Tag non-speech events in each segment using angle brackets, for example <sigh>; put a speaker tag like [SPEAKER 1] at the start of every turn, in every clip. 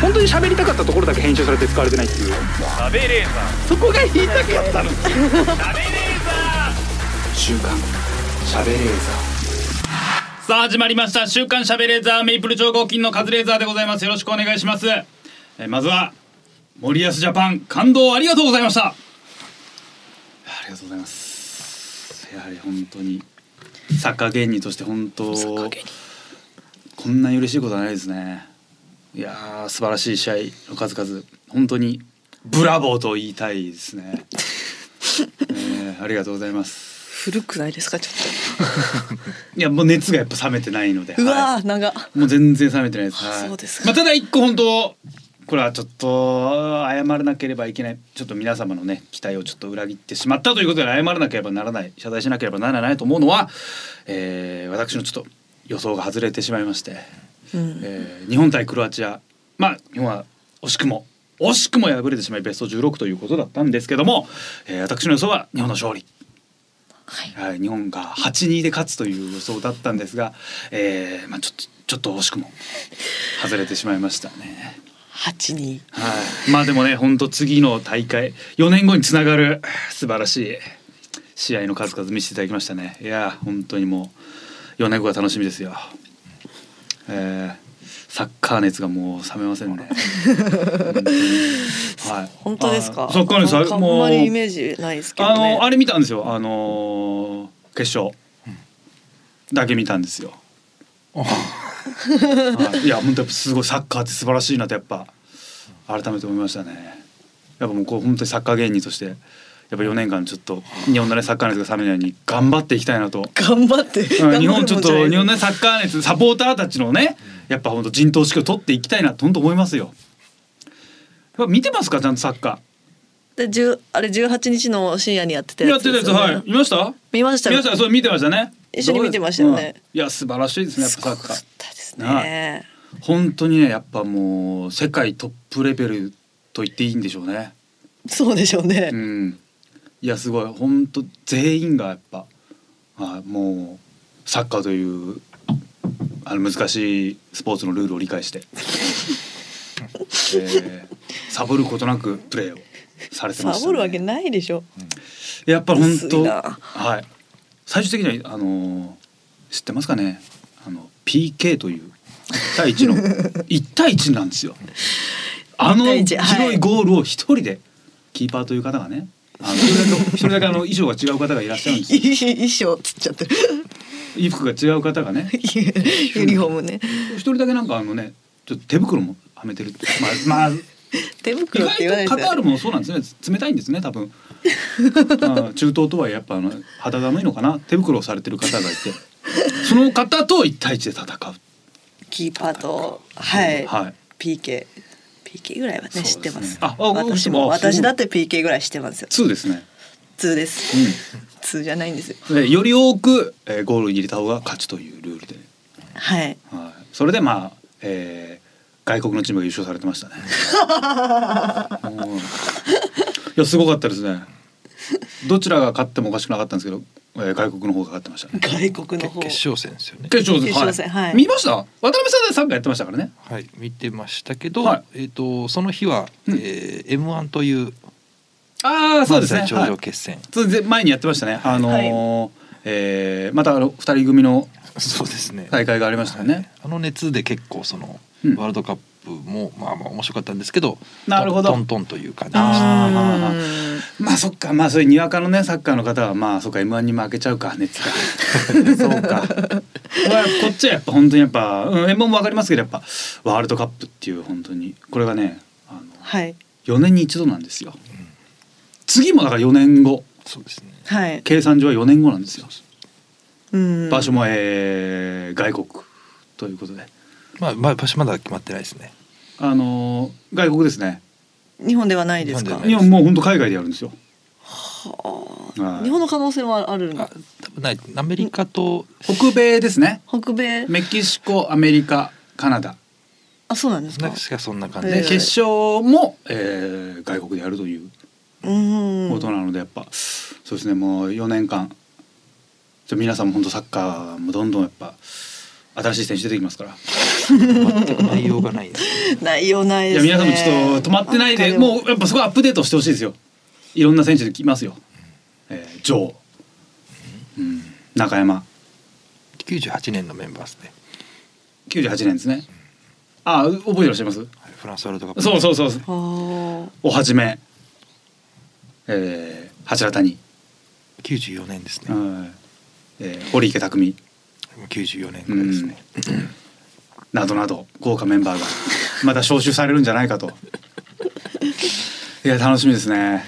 [SPEAKER 1] 本当に喋りたかったところだけ編集されて使われてないっていう
[SPEAKER 2] 食べレーザ
[SPEAKER 1] そこが言いたかったの
[SPEAKER 2] ー食べレーザ
[SPEAKER 1] 週刊喋れー
[SPEAKER 2] ーさあ始まりました週刊しゃべレーザーメイプル超合金のカズレーザーでございますよろしくお願いしますえーまずは森保ジャパン感動ありがとうございましたありがとうございますやはり本当にサッカー芸人として本当こんなに嬉しいことはないですねいやー素晴らしい試合の数々本当にブラボーと言いたいです
[SPEAKER 3] <laughs>
[SPEAKER 2] ね、えーありがとうございます
[SPEAKER 3] 古くないですかちょっ
[SPEAKER 2] いやもう熱がやっぱ冷めてないので
[SPEAKER 3] とう
[SPEAKER 2] はい
[SPEAKER 3] わー長っ
[SPEAKER 2] もう全然冷めてないです。はい
[SPEAKER 3] そうですか
[SPEAKER 2] まあ、ただ一個本当。これはちょっと謝らなければいけないちょっと皆様のね期待をちょっと裏切ってしまったということで謝らなければならない謝罪しなければならないと思うのは、えー私のちょっと予想が外れてしまいまして、えー日本対クロアチアまあ日本は惜しくも惜しくも敗れてしまいベスト16ということだったんですけども、えー私の予想は日本の勝利
[SPEAKER 3] はい
[SPEAKER 2] はい、日本が8-2で勝つという予想だったんですが、えーまあ、ちょっとちょっと惜しくも外れてしまいましたね。
[SPEAKER 3] 八二
[SPEAKER 2] はい、まあでもね本当次の大会4年後につながる素晴らしい試合の数々見せていただきましたねいやー本当にもう4年後が楽しみですよ、えーサッカー熱がもう冷めません
[SPEAKER 3] <laughs>
[SPEAKER 2] ね本当にはい
[SPEAKER 3] 本当ですか
[SPEAKER 2] あーサッカー熱
[SPEAKER 3] なんかあん
[SPEAKER 2] もう
[SPEAKER 3] まりイメージないですけど
[SPEAKER 2] あ
[SPEAKER 3] ね
[SPEAKER 2] のあれ見たんですよあのー決勝だけ見たんですよ。はいいや本当やっぱすごいサッカーって素晴らしいなとやっぱ改めて思いましたね。やっぱもうこう本当にサッカー芸人としてやっぱ4年間ちょっと日本のねサッカー熱が冷めないように頑張っていきたいなと。
[SPEAKER 3] 頑張って
[SPEAKER 2] うん日本ちょっと日本
[SPEAKER 3] ね
[SPEAKER 2] のねサッカー熱サポーターたちのねやっぱ本当陣頭指揮を取っていきたいなと本当思いますよ。やっぱ見てますかちゃんとサッカ
[SPEAKER 3] で10あれ十八日の深夜にやってた
[SPEAKER 2] ー。や
[SPEAKER 3] や
[SPEAKER 2] っ
[SPEAKER 3] つ
[SPEAKER 2] てた
[SPEAKER 3] で
[SPEAKER 2] や
[SPEAKER 3] す
[SPEAKER 2] つ
[SPEAKER 3] よね
[SPEAKER 2] はい見ました。
[SPEAKER 3] 見ました
[SPEAKER 2] 皆さんそう見てましたね
[SPEAKER 3] 一緒に見てましたよね
[SPEAKER 2] どうですうんいや素晴らしいですねやっぱサッカー
[SPEAKER 3] ですね
[SPEAKER 2] 本当にねやっぱもう世界トップレベルと言っていいんでしょうね
[SPEAKER 3] そうでしょうね、
[SPEAKER 2] うんいやすごい本当全員がやっぱあもうサッカーというあの難しいスポーツのルールを理解
[SPEAKER 3] <laughs>
[SPEAKER 2] して、えーサボることなくプレーをされてま
[SPEAKER 3] サ
[SPEAKER 2] した、ね、
[SPEAKER 3] ボるわけないでしょ
[SPEAKER 2] やっぱ本
[SPEAKER 3] 薄
[SPEAKER 2] 当
[SPEAKER 3] いな
[SPEAKER 2] はい最終的にはあのー知ってますかねあの PK という1対1の
[SPEAKER 3] <laughs>
[SPEAKER 2] 1対1なんですよあの
[SPEAKER 3] 1対1はい
[SPEAKER 2] 白いゴールを一人でキーパーという方がねあの一人だけ一人だけあの衣装が違う方がいらっしゃるん
[SPEAKER 3] <laughs>
[SPEAKER 2] ですよ
[SPEAKER 3] 衣装つっち
[SPEAKER 2] <laughs>
[SPEAKER 3] ゃってる
[SPEAKER 2] 衣服が違う方がね
[SPEAKER 3] ユニフォームね
[SPEAKER 2] 一人だけなんかあのねちょっと手袋もはめてるまあまあ
[SPEAKER 3] 手
[SPEAKER 2] 意
[SPEAKER 3] 袋って言わない
[SPEAKER 2] 外とカ
[SPEAKER 3] です
[SPEAKER 2] ター
[SPEAKER 3] よ
[SPEAKER 2] ル
[SPEAKER 3] ね
[SPEAKER 2] もそうなんですね冷たいんですね多分ああ中東とはいえやっぱあの肌寒いのかな手袋をされてる方がいてその方と一対一で戦う
[SPEAKER 3] キーパーとはい、
[SPEAKER 2] はい
[SPEAKER 3] PK PK ぐらいはね
[SPEAKER 2] そうですね
[SPEAKER 3] 知ってます
[SPEAKER 2] ああ
[SPEAKER 3] 私も
[SPEAKER 2] あそう
[SPEAKER 3] 私だって PK ぐらい知ってますよ
[SPEAKER 2] 2ですね、
[SPEAKER 3] 普通です普通じゃないんですよ
[SPEAKER 2] うん、でより多く、えーゴールに入れた方が勝ちというルールで、
[SPEAKER 3] はい
[SPEAKER 2] はい、それでまあ、えー外国のチームが優勝されてましたねうんいやすごかったですねどちらが勝ってもおかしくなかったんですけど、えー外国の方が勝ってましたね
[SPEAKER 3] 外国の方
[SPEAKER 4] 決勝戦ですよね。
[SPEAKER 2] 決勝戦
[SPEAKER 3] 決勝戦はい
[SPEAKER 2] 見ました渡辺さんでサッカーやってましたからね
[SPEAKER 4] はい、見てましたけど、
[SPEAKER 2] はい
[SPEAKER 4] えっ、とその日は、
[SPEAKER 2] うん
[SPEAKER 4] えー M1 という
[SPEAKER 2] ああそう
[SPEAKER 4] 漫
[SPEAKER 2] ですね
[SPEAKER 4] 才頂上決戦、
[SPEAKER 2] そうですね前にやってましたねあのーえーまたあの二人組の
[SPEAKER 4] そうですね。
[SPEAKER 2] 大会がありましたよね、
[SPEAKER 4] はいあの熱で結構その、
[SPEAKER 2] うん
[SPEAKER 4] ワールドカップもまあまあ面白かったんですけど、
[SPEAKER 2] なるほど
[SPEAKER 4] トントンという感じでした。
[SPEAKER 2] あ
[SPEAKER 3] う
[SPEAKER 2] あ
[SPEAKER 3] ーん
[SPEAKER 2] まあそっかまあそういうにわかのねサッカーの方はまあそっか M1 に負けちゃうか熱が <laughs> そうかまあこっちはやっぱ本当にやっぱ、うん、M1 もわかりますけどやっぱワールドカップっていう本当にこれがねあの
[SPEAKER 3] はい
[SPEAKER 2] 4年に一度なんですよ、次もだから4年後
[SPEAKER 4] そうですね。
[SPEAKER 3] はい
[SPEAKER 2] 計算上は4年後なんですよ
[SPEAKER 3] うん
[SPEAKER 2] 場所も、えー外国ということで、
[SPEAKER 4] まあまあ場所まだ決まってないですね。
[SPEAKER 2] あのー外国ですね
[SPEAKER 3] 日本ではないです
[SPEAKER 4] 日
[SPEAKER 3] か
[SPEAKER 4] 本で
[SPEAKER 2] 日
[SPEAKER 4] は
[SPEAKER 2] 本もう本当海外でやるんですよ、
[SPEAKER 3] は
[SPEAKER 2] は
[SPEAKER 3] あ
[SPEAKER 2] い
[SPEAKER 3] 日本の可能性はあるの
[SPEAKER 4] あ多分ないアメリカと
[SPEAKER 2] 北米ですね
[SPEAKER 3] 北米
[SPEAKER 2] メキシコアメリカカナダ
[SPEAKER 3] あそうなんです
[SPEAKER 4] な
[SPEAKER 3] か
[SPEAKER 4] んかしかそんな感じ
[SPEAKER 3] え
[SPEAKER 2] で
[SPEAKER 3] ー
[SPEAKER 4] で。
[SPEAKER 2] 決勝も、えー外国でやるという
[SPEAKER 3] うーん
[SPEAKER 2] ことなのでやっぱ、そうですねもう4年間じゃあ皆さんも本当サッカーもどんどんやっぱ新しい選手出てきますから
[SPEAKER 4] 全く内容がないです。
[SPEAKER 3] 内容ない
[SPEAKER 2] い
[SPEAKER 3] で
[SPEAKER 2] や
[SPEAKER 3] すね。
[SPEAKER 2] 皆さんもちょっと止まってないで、
[SPEAKER 3] あ
[SPEAKER 2] もうやっぱそこはアップデートしてほしいですよ。いろんな選手で来ますよ。えー、ジョー、うん、中山、
[SPEAKER 4] 98年のメンバーですね。
[SPEAKER 2] 98年ですね。あー、覚えてらっしゃいます？
[SPEAKER 4] はいフランスワールドカップ。
[SPEAKER 2] そうそうそう。
[SPEAKER 3] あー
[SPEAKER 2] おはじめ、えー、柱谷、
[SPEAKER 4] 94年です
[SPEAKER 2] う
[SPEAKER 4] ね。
[SPEAKER 2] んえー、堀池拓海
[SPEAKER 4] 94年くらいですね。
[SPEAKER 2] などなど豪華メンバーがまた招集されるんじゃないかと。いや楽しみですね。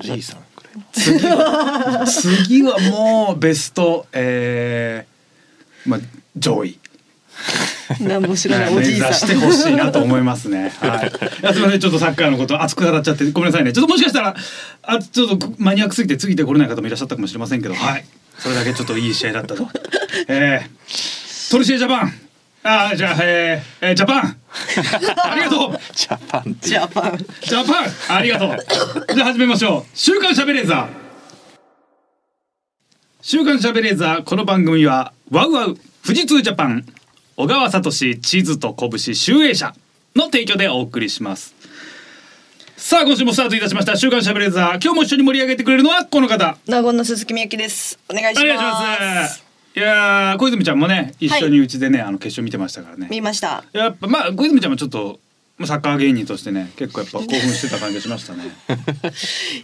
[SPEAKER 4] じいさんくらいの。
[SPEAKER 2] 次は次はもうベスト、えーまあ、上位
[SPEAKER 3] なんも知ら
[SPEAKER 2] 目
[SPEAKER 3] ないお
[SPEAKER 2] 指
[SPEAKER 3] じいさ
[SPEAKER 2] <laughs>
[SPEAKER 3] ん。
[SPEAKER 2] してほしいなと思います
[SPEAKER 3] <laughs>
[SPEAKER 2] ね。はい、いやすみませんちょっとサッカーのこと熱く語っちゃってごめんなさいねちょっともしかしたらあちょっとマニアックすぎてついてこれない方もいらっしゃったかもしれませんけど、はい、それだけちょっといい試合だったと。 <laughs> えー、トルシエジャパンあーじゃあ、えーえージャパ
[SPEAKER 3] <laughs>
[SPEAKER 2] ンありがとう
[SPEAKER 4] ジャパンってい
[SPEAKER 3] ジ
[SPEAKER 4] う。
[SPEAKER 3] ャパン。
[SPEAKER 2] ジャパンありがとう。じゃあ始めましょう。週刊しゃべれーザー。週刊しゃべれーザーこの番組はワウワウ富士通ジャパン小川聡地図と拳集英社の提供でお送りします。さあ今週もスタートいたしました週刊しゃべれーザー今日も一緒に盛り上げてくれるのはこの方。
[SPEAKER 3] 名古屋の鈴木みゆきです。お願い
[SPEAKER 2] お
[SPEAKER 3] し
[SPEAKER 2] 願いし
[SPEAKER 3] ま
[SPEAKER 2] ますす。。いやー小泉ちゃんもね一緒にうちでね、あの決勝見てましたからね。
[SPEAKER 3] 見ました。
[SPEAKER 2] やっぱまあ小泉ちゃんもちょっとまあサッカー芸人としてね結構やっぱ興奮してた感じがしましたね。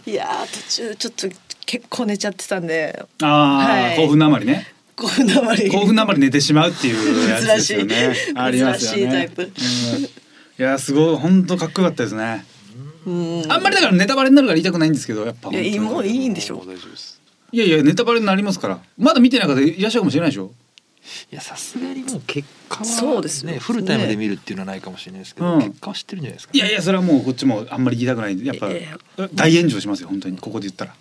[SPEAKER 3] いやー途中ちょっと結構寝ちゃってたんで。
[SPEAKER 2] ああ、
[SPEAKER 3] はい
[SPEAKER 2] 興奮のあまり
[SPEAKER 3] <laughs>
[SPEAKER 2] ね。
[SPEAKER 3] 興奮のあまり。
[SPEAKER 2] 興奮のあまり寝てしまうっていうやつですよね
[SPEAKER 3] <laughs> 珍し。い
[SPEAKER 2] ありますよね。
[SPEAKER 3] 珍しいタイプ
[SPEAKER 2] うんいやすごい本当かっこよかったですね。
[SPEAKER 3] うん。
[SPEAKER 2] あんまりだからネタバレになるから言いたくないんですけどやっぱ本当に
[SPEAKER 3] いやもういいんでしょ
[SPEAKER 4] もう大丈夫です。
[SPEAKER 2] いやいやネタバレになりますからまだ見てない方いらっしゃるかもしれないでしょ。
[SPEAKER 4] いやさすがにもう結果は、ね、
[SPEAKER 3] そうですよ
[SPEAKER 4] フルタイムで見るっていうのはないかもしれないですけど、
[SPEAKER 2] うん
[SPEAKER 4] 結果は知ってるんじゃないですか、
[SPEAKER 2] いやいやそれはもうこっちもあんまり言いたくないんでやっぱ
[SPEAKER 3] いやいや
[SPEAKER 2] 大炎上しますよ本当にここで言ったら。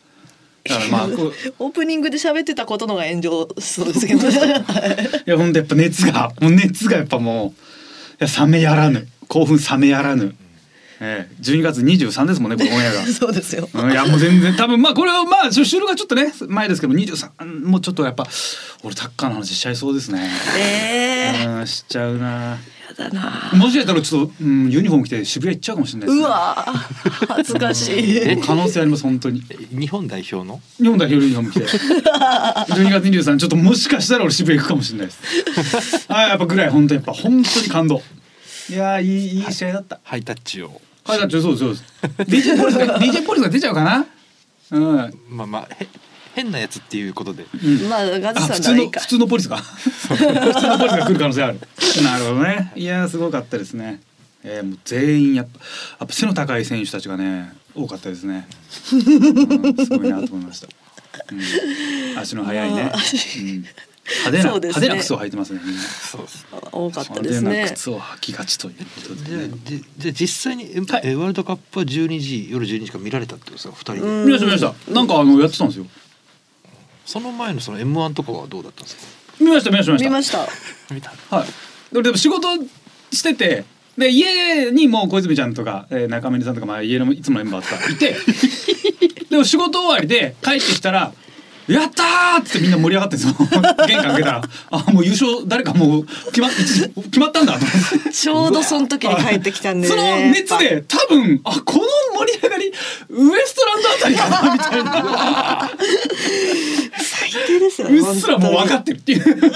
[SPEAKER 2] だからまあこう <laughs>
[SPEAKER 3] オープニングで喋ってたことのが炎上そうですけど。はい
[SPEAKER 2] いや本当やっぱ熱がもう熱がやっぱもういや冷めやらぬ興奮冷めやらぬ。ええ12月23ですもんねこのオンエアが。
[SPEAKER 3] そうですよ。
[SPEAKER 2] うんい
[SPEAKER 3] <laughs>
[SPEAKER 2] やもう全然多分まあこれはまあ収録がちょっとね前ですけど23もうちょっとやっぱ俺サッカーの話しちゃいそうですね。
[SPEAKER 3] ええ
[SPEAKER 2] うんしちゃうな。
[SPEAKER 3] ー、やだな。
[SPEAKER 2] もしかしたらちょっと、うん、ユニフォーム着て渋谷行っちゃうかもしれないです、
[SPEAKER 3] う
[SPEAKER 2] ね。
[SPEAKER 3] わー恥ずかしい。
[SPEAKER 2] うん可能性あります本当に。
[SPEAKER 4] 日本代表の
[SPEAKER 2] 日本代表ユニフォーム着て
[SPEAKER 3] <laughs>
[SPEAKER 2] 12月23ちょっともしかしたら俺渋谷行くかもしれない
[SPEAKER 3] <laughs>
[SPEAKER 2] です。あーやっぱぐらい本当にやっぱ本当に感動。いやーいいいい試合だった。
[SPEAKER 4] ハイタッチを、
[SPEAKER 2] はいだってそうです
[SPEAKER 3] <laughs>
[SPEAKER 2] そうです。DJ ポリスが DJ ポリスが出ちゃうかな。うん。
[SPEAKER 4] まあまあへ変なやつっていうことで
[SPEAKER 3] まあガズ
[SPEAKER 2] あ
[SPEAKER 3] さ
[SPEAKER 2] 普
[SPEAKER 3] んな
[SPEAKER 2] 通
[SPEAKER 3] ら
[SPEAKER 2] の
[SPEAKER 3] いい
[SPEAKER 2] 普
[SPEAKER 3] か。
[SPEAKER 2] 通のポリスが普通のポリスが来る可能性あるなるほどねいやーすごかったですね、えー、もう全員やっぱやっぱ背の高い選手たちがね多かったですね、うんすごいなと思いました、うん、足の速いね、うん、
[SPEAKER 3] ま
[SPEAKER 2] 派
[SPEAKER 3] あ
[SPEAKER 2] 手な、
[SPEAKER 3] そうで
[SPEAKER 2] 派
[SPEAKER 3] すね
[SPEAKER 2] 手な靴を履いてますねみんな
[SPEAKER 4] そうです
[SPEAKER 3] 多かった
[SPEAKER 2] 派
[SPEAKER 3] で
[SPEAKER 2] 手
[SPEAKER 3] す
[SPEAKER 2] な
[SPEAKER 3] ね。
[SPEAKER 2] 靴を履きがちということで
[SPEAKER 4] で
[SPEAKER 2] ね
[SPEAKER 4] でで実際に、ええワールドカップは12時夜12時から見られたってことですか2人で、
[SPEAKER 3] うん
[SPEAKER 2] 見ました見ましたなんかあのやってたんですよ
[SPEAKER 4] その前のその m 1とかはどうだったんですか
[SPEAKER 2] 見ました見ました見まし
[SPEAKER 3] 見
[SPEAKER 2] た
[SPEAKER 3] ました。
[SPEAKER 4] 見た
[SPEAKER 2] はい。ででも仕事してて。で家にもう小泉ちゃんとか、えー中森さんとか、まあ、家のいつもメンバーとかいてでも仕事終わりで帰ってきたら「やったー!」っつってみんな盛り上がってるんですよ <laughs> 玄関開けたら「あもう優勝誰かもう決ま一時決まったんだ」と思って
[SPEAKER 3] ちょうどその時に帰ってきたんで、ね。
[SPEAKER 2] その熱で多分あこの盛り上がりウエストランドあたりかなみたいな
[SPEAKER 3] 最低ですよね。
[SPEAKER 2] うっすらもう分かってるっていう。
[SPEAKER 4] <laughs>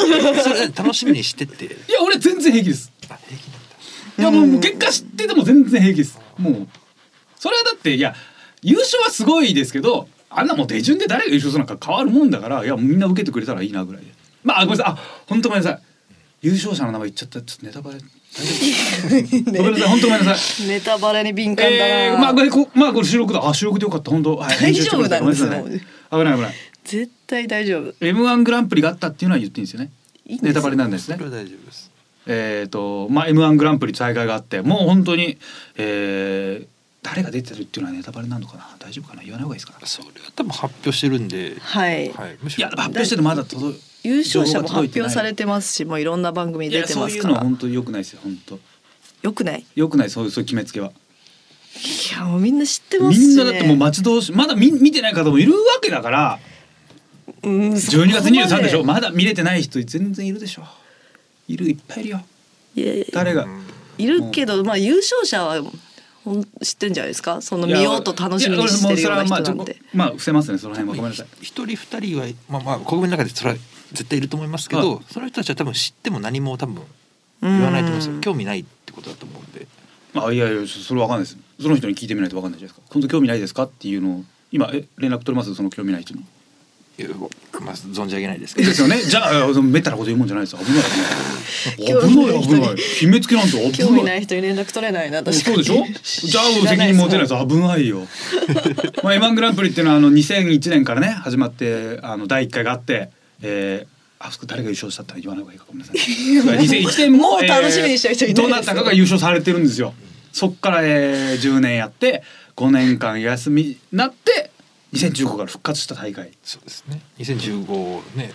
[SPEAKER 4] それ楽しみにしてて
[SPEAKER 2] いや俺全然平気です。いやもうもう結果知ってても全然平気です。もうそれはだっていや優勝はすごいですけどあんなもう手順で誰が優勝するのか変わるもんだからいやもうみんな受けてくれたらいいなぐらいで。まあごめんなさいあ本当ごめんなさい優勝者の名前言っちゃったちょっとネタバレ。
[SPEAKER 3] 本当
[SPEAKER 2] ごめん
[SPEAKER 3] に
[SPEAKER 2] な
[SPEAKER 3] <laughs> ね
[SPEAKER 2] さい本当ごめんなさい。
[SPEAKER 3] ネタバレに敏感だな。
[SPEAKER 2] えー、まあこれこまあこれ収録だあ収録でよかった本当はい
[SPEAKER 3] 大丈夫なんです
[SPEAKER 2] 編集してく
[SPEAKER 3] よ
[SPEAKER 2] ださいごめなさいね危ない危ない。
[SPEAKER 3] 絶対大丈夫。
[SPEAKER 2] M1 グランプリがあったっていうのは言っていいんですよね。
[SPEAKER 3] いいんですよ
[SPEAKER 2] ネタバレなんです
[SPEAKER 4] そ
[SPEAKER 2] ね
[SPEAKER 4] れ。は大丈夫です
[SPEAKER 2] えーとまあ、M1 グランプリ大会があってもう本当に、えー誰が出てるっていうのはネタバレなのかな大丈夫かな言わない方がいいですか
[SPEAKER 4] それは多分発表してるんで、
[SPEAKER 3] はい。
[SPEAKER 4] はい、むし
[SPEAKER 2] いや
[SPEAKER 4] ろ
[SPEAKER 2] 発表してるまだ届
[SPEAKER 3] 優勝者も発表され
[SPEAKER 2] て
[SPEAKER 3] てますし、もういろんな番組
[SPEAKER 2] い
[SPEAKER 3] に
[SPEAKER 2] や
[SPEAKER 3] 出てます
[SPEAKER 2] そ
[SPEAKER 3] か
[SPEAKER 2] ういうのは
[SPEAKER 3] ら。
[SPEAKER 2] 本当に良くないですよ本当
[SPEAKER 3] よくない。い
[SPEAKER 2] 良くないそういうそういう決めつけは、
[SPEAKER 3] やもうみんな知ってますし、ね。
[SPEAKER 2] みんなだってもう待ち遠しまだ見見てない方もいるわけだから
[SPEAKER 3] うん、そこま
[SPEAKER 2] 12月23でしょ
[SPEAKER 3] で
[SPEAKER 2] まだ見れてない人全然いるでしょいるいっぱいいるよ
[SPEAKER 3] いやいや
[SPEAKER 2] 誰が
[SPEAKER 3] いるけど、まあ優勝者はほん知ってんじゃないですかその見ようと楽しみにしてるような人な
[SPEAKER 2] いや俺もうそれはまあ
[SPEAKER 3] ん
[SPEAKER 2] ちょ
[SPEAKER 3] で
[SPEAKER 2] っとまあ伏せますねその辺はごめんなさい
[SPEAKER 4] 一人二人はまあまあ国民の中でそれは絶対いると思いますけど、その人たちは多分知っても何も多分言わないと思うんですよ、
[SPEAKER 3] うん
[SPEAKER 4] 興味ないってことだと思うんで
[SPEAKER 2] まあいやいやそそれわかんないですその人に聞いてみないとわかんないじゃないですか今度興味ないですかっていうのを今え連絡取れますその興味ない人の
[SPEAKER 4] いやまあ存じ上げないですけ
[SPEAKER 2] で
[SPEAKER 4] ど
[SPEAKER 2] すよねじゃあえそのめったなこと言うもんじゃないです危ない危ない危ない危ない決めつけなんて危ない
[SPEAKER 3] 興味ない人に連絡取れないな確か
[SPEAKER 2] そう
[SPEAKER 3] に
[SPEAKER 2] でしょじゃあ
[SPEAKER 3] 知ら
[SPEAKER 2] 責
[SPEAKER 3] ない
[SPEAKER 2] 任
[SPEAKER 3] です
[SPEAKER 2] 持てないと危ない
[SPEAKER 3] <laughs>
[SPEAKER 2] よまあ M1 グランプリっていうのはあの2001年からね始まってあの第一回があって、えーあそこ誰が優勝したって言わない方がいいかごめんな
[SPEAKER 3] <laughs>
[SPEAKER 2] さい2001年も
[SPEAKER 3] もう楽しみにしてる人いないで
[SPEAKER 2] ど
[SPEAKER 3] す
[SPEAKER 2] なたかが優勝されてるんですよそっから、えー10年やって5年間休みになって2015から復活した大会
[SPEAKER 4] そうですね2015ね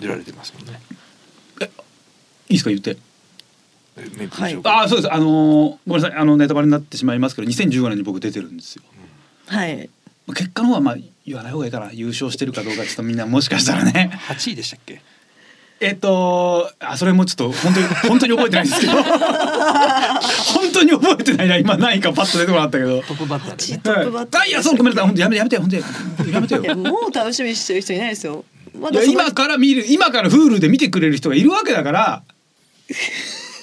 [SPEAKER 4] 出られてますもんね
[SPEAKER 2] いいですか言って
[SPEAKER 4] メイプル
[SPEAKER 3] はい
[SPEAKER 4] ショーが
[SPEAKER 2] ああそうですあのーごめんなさいあのネタバレになってしまいますけど2015年に僕出てるんですよ
[SPEAKER 3] はい
[SPEAKER 2] まあ結果の方はまあ言わない方がいいかな優勝してるかどうかちょっとみんなもしかしたら <laughs> ね
[SPEAKER 4] 8位でしたっけ
[SPEAKER 2] えっとあそれもちょっと本当に本当に覚えてないんですけ <laughs> ど本当に覚えてないな今何かパッと出てこなかったけど。
[SPEAKER 4] トップバッターでね
[SPEAKER 3] トップバッター
[SPEAKER 2] はい、あいやそうごめんなさい本当やめてやめて本当にやめてよ
[SPEAKER 3] いやもう楽しみにしてる人いないですよま
[SPEAKER 2] いや
[SPEAKER 3] だその
[SPEAKER 2] 今から見る今から Hulu で見てくれる人がいるわけだから、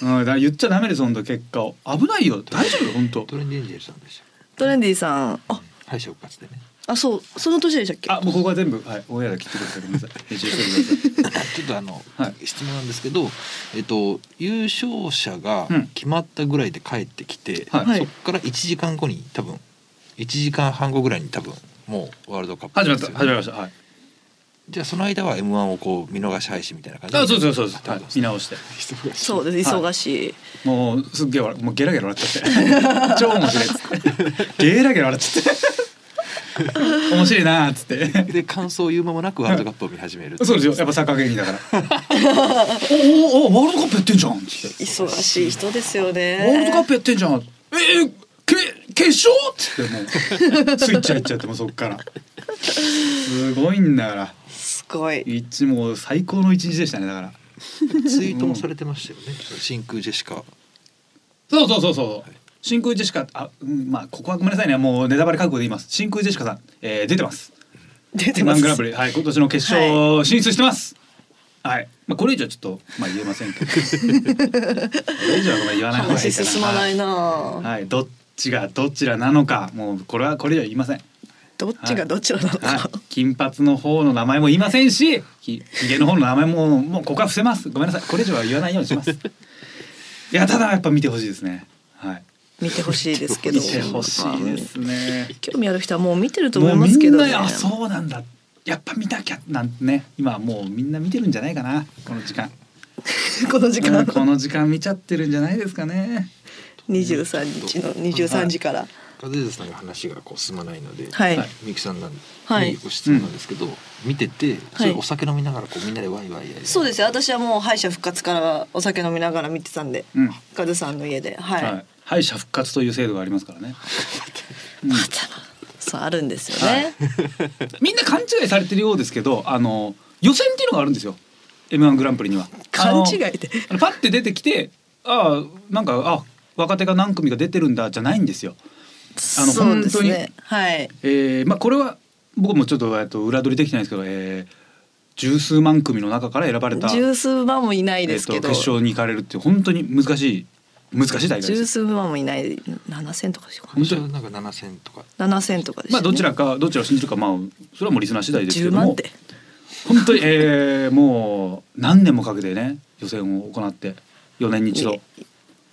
[SPEAKER 2] うん、だから言っちゃダメです本当結果を危ないよ大丈夫本当
[SPEAKER 4] トレンディエンジェルさんでした
[SPEAKER 3] トレンディさんあ
[SPEAKER 4] 敗者復活でね
[SPEAKER 3] あそうその年でしたっけ
[SPEAKER 2] あもうここは全部はいオンエアで切ってくださいごめんなさい編集してください
[SPEAKER 4] <laughs> ちょっとあの、
[SPEAKER 2] はい
[SPEAKER 4] 質問なんですけど、えっと優勝者が
[SPEAKER 2] うん
[SPEAKER 4] 決まったぐらいで帰ってきて、
[SPEAKER 2] はい
[SPEAKER 3] はい
[SPEAKER 4] そこから一時間後に多分一時間半後ぐらいに多分もうワールドカップ
[SPEAKER 2] 始まっ
[SPEAKER 4] です
[SPEAKER 2] た
[SPEAKER 4] よね
[SPEAKER 2] 始まりましたはい
[SPEAKER 4] じゃあその間は M1 をこう見逃し配信みたいな感じ
[SPEAKER 2] あ、そうそうそうそう、
[SPEAKER 4] あ
[SPEAKER 2] はい、見直して。
[SPEAKER 4] そうです
[SPEAKER 3] そうです忙しい、
[SPEAKER 2] もうすっげえ笑もうゲラゲラ笑っちゃって、超 <laughs> 面白いっつって。ゲラゲラ笑っちゃって。 <laughs> 面白いなーっつって。
[SPEAKER 4] <laughs> で感想を言う間もなくワールドカップを見始める
[SPEAKER 2] そうですよ、やっぱサッカー芸人だから。おおおワールドカップやってんじゃんっつって。
[SPEAKER 3] 忙しい人ですよね
[SPEAKER 2] ワールドカップやってんじゃん。ええけ決勝っつってもうスイッチ入っちゃってもうそっから。すごいんだから。
[SPEAKER 3] すごい
[SPEAKER 2] 一もう最高の一日でしたねだから。
[SPEAKER 4] ツイートもされてましたよね真空ジェシカ
[SPEAKER 2] そうそうそうそう。真空ジェシカ、あ、うん、まあ、ここはごめんなさいね、もうネタバレ覚悟で言います。真空ジェシカさん、えー、出てます。
[SPEAKER 3] 出て
[SPEAKER 2] マン
[SPEAKER 3] ます
[SPEAKER 2] グランプリ、はい、今年の決勝進出してます。はい、まあ、これ以上ちょっと、まあ、言えません
[SPEAKER 3] <laughs>
[SPEAKER 2] けど。これ以上はごめん、言わない方がいいかな。
[SPEAKER 3] 話進まないな
[SPEAKER 2] はい。
[SPEAKER 3] あ
[SPEAKER 2] はい、どっちがどちらなのか、もう、これはこれ以上言いません。
[SPEAKER 3] どっちがどちらなの
[SPEAKER 2] はい
[SPEAKER 3] か、
[SPEAKER 2] 金髪の方の名前も言いませんし、ひ、ひげの方の名前も、もうここは伏せます。ごめんなさい、これ以上は言わないようにし
[SPEAKER 3] <laughs>
[SPEAKER 2] ます。いや、ただ、やっぱ見てほしいですね。はい。
[SPEAKER 3] 見てほしいですけど
[SPEAKER 2] 見てほしいですね。
[SPEAKER 3] 興味ある人はもう見てると思
[SPEAKER 2] も
[SPEAKER 3] いうま
[SPEAKER 2] み
[SPEAKER 3] すけ
[SPEAKER 2] ん
[SPEAKER 3] どね
[SPEAKER 2] なあそうなんだやっぱ見なきゃなんてね今はもうみんな見てるんじゃないかなこの時間
[SPEAKER 3] この時
[SPEAKER 2] う
[SPEAKER 3] 間
[SPEAKER 2] んこの時間見ちゃってるんじゃないですかね
[SPEAKER 3] 23日の23時から
[SPEAKER 4] カズレーザーさんが話がこう進まないので、
[SPEAKER 3] はい、
[SPEAKER 2] はい
[SPEAKER 4] みゆきさんなん、
[SPEAKER 3] はい
[SPEAKER 4] にご質問なんですけど、見てて、それお酒飲みながらこうみんなでワイワイやり
[SPEAKER 3] そうです
[SPEAKER 4] よ
[SPEAKER 3] よ私はもう敗者復活からお酒飲みながら見てたんで、
[SPEAKER 2] うん
[SPEAKER 3] カズさんの家ではい、
[SPEAKER 2] はい敗者復活という制度がありますからね
[SPEAKER 3] そうあるんですよね、
[SPEAKER 2] みんな勘違いされてるようですけどあの予選っていうのがあるんですよ M1 グランプリには
[SPEAKER 3] 勘違
[SPEAKER 2] あ
[SPEAKER 3] いで
[SPEAKER 2] のパッて出てきてああなんかあ若手が何組か出てるんだじゃないんですよあの
[SPEAKER 3] そうです
[SPEAKER 2] 本
[SPEAKER 3] ねはい
[SPEAKER 2] えーまあこれは僕もちょっとえっと裏取りできてないですけど、えー、十数万組の中から選ばれた
[SPEAKER 3] 十数万もいないです
[SPEAKER 2] え
[SPEAKER 3] け
[SPEAKER 2] っと
[SPEAKER 3] ど、
[SPEAKER 2] 決勝に行かれるっていう本当に難しい難しい大会で
[SPEAKER 3] 十
[SPEAKER 2] す。
[SPEAKER 3] 数万もいない七千とかでしょうか
[SPEAKER 2] 本当に
[SPEAKER 4] なんか七千とか
[SPEAKER 3] 七千とかでしょ
[SPEAKER 2] ま
[SPEAKER 3] う
[SPEAKER 2] あ
[SPEAKER 3] ね
[SPEAKER 2] どちらかどちらを信じるかまあそれはもうリスナー次第ですけ
[SPEAKER 3] 十
[SPEAKER 2] ど
[SPEAKER 3] 万っ
[SPEAKER 2] も
[SPEAKER 3] て
[SPEAKER 2] 本当に、えー、もう何年もかけてね予選を行って4年に一度
[SPEAKER 3] ね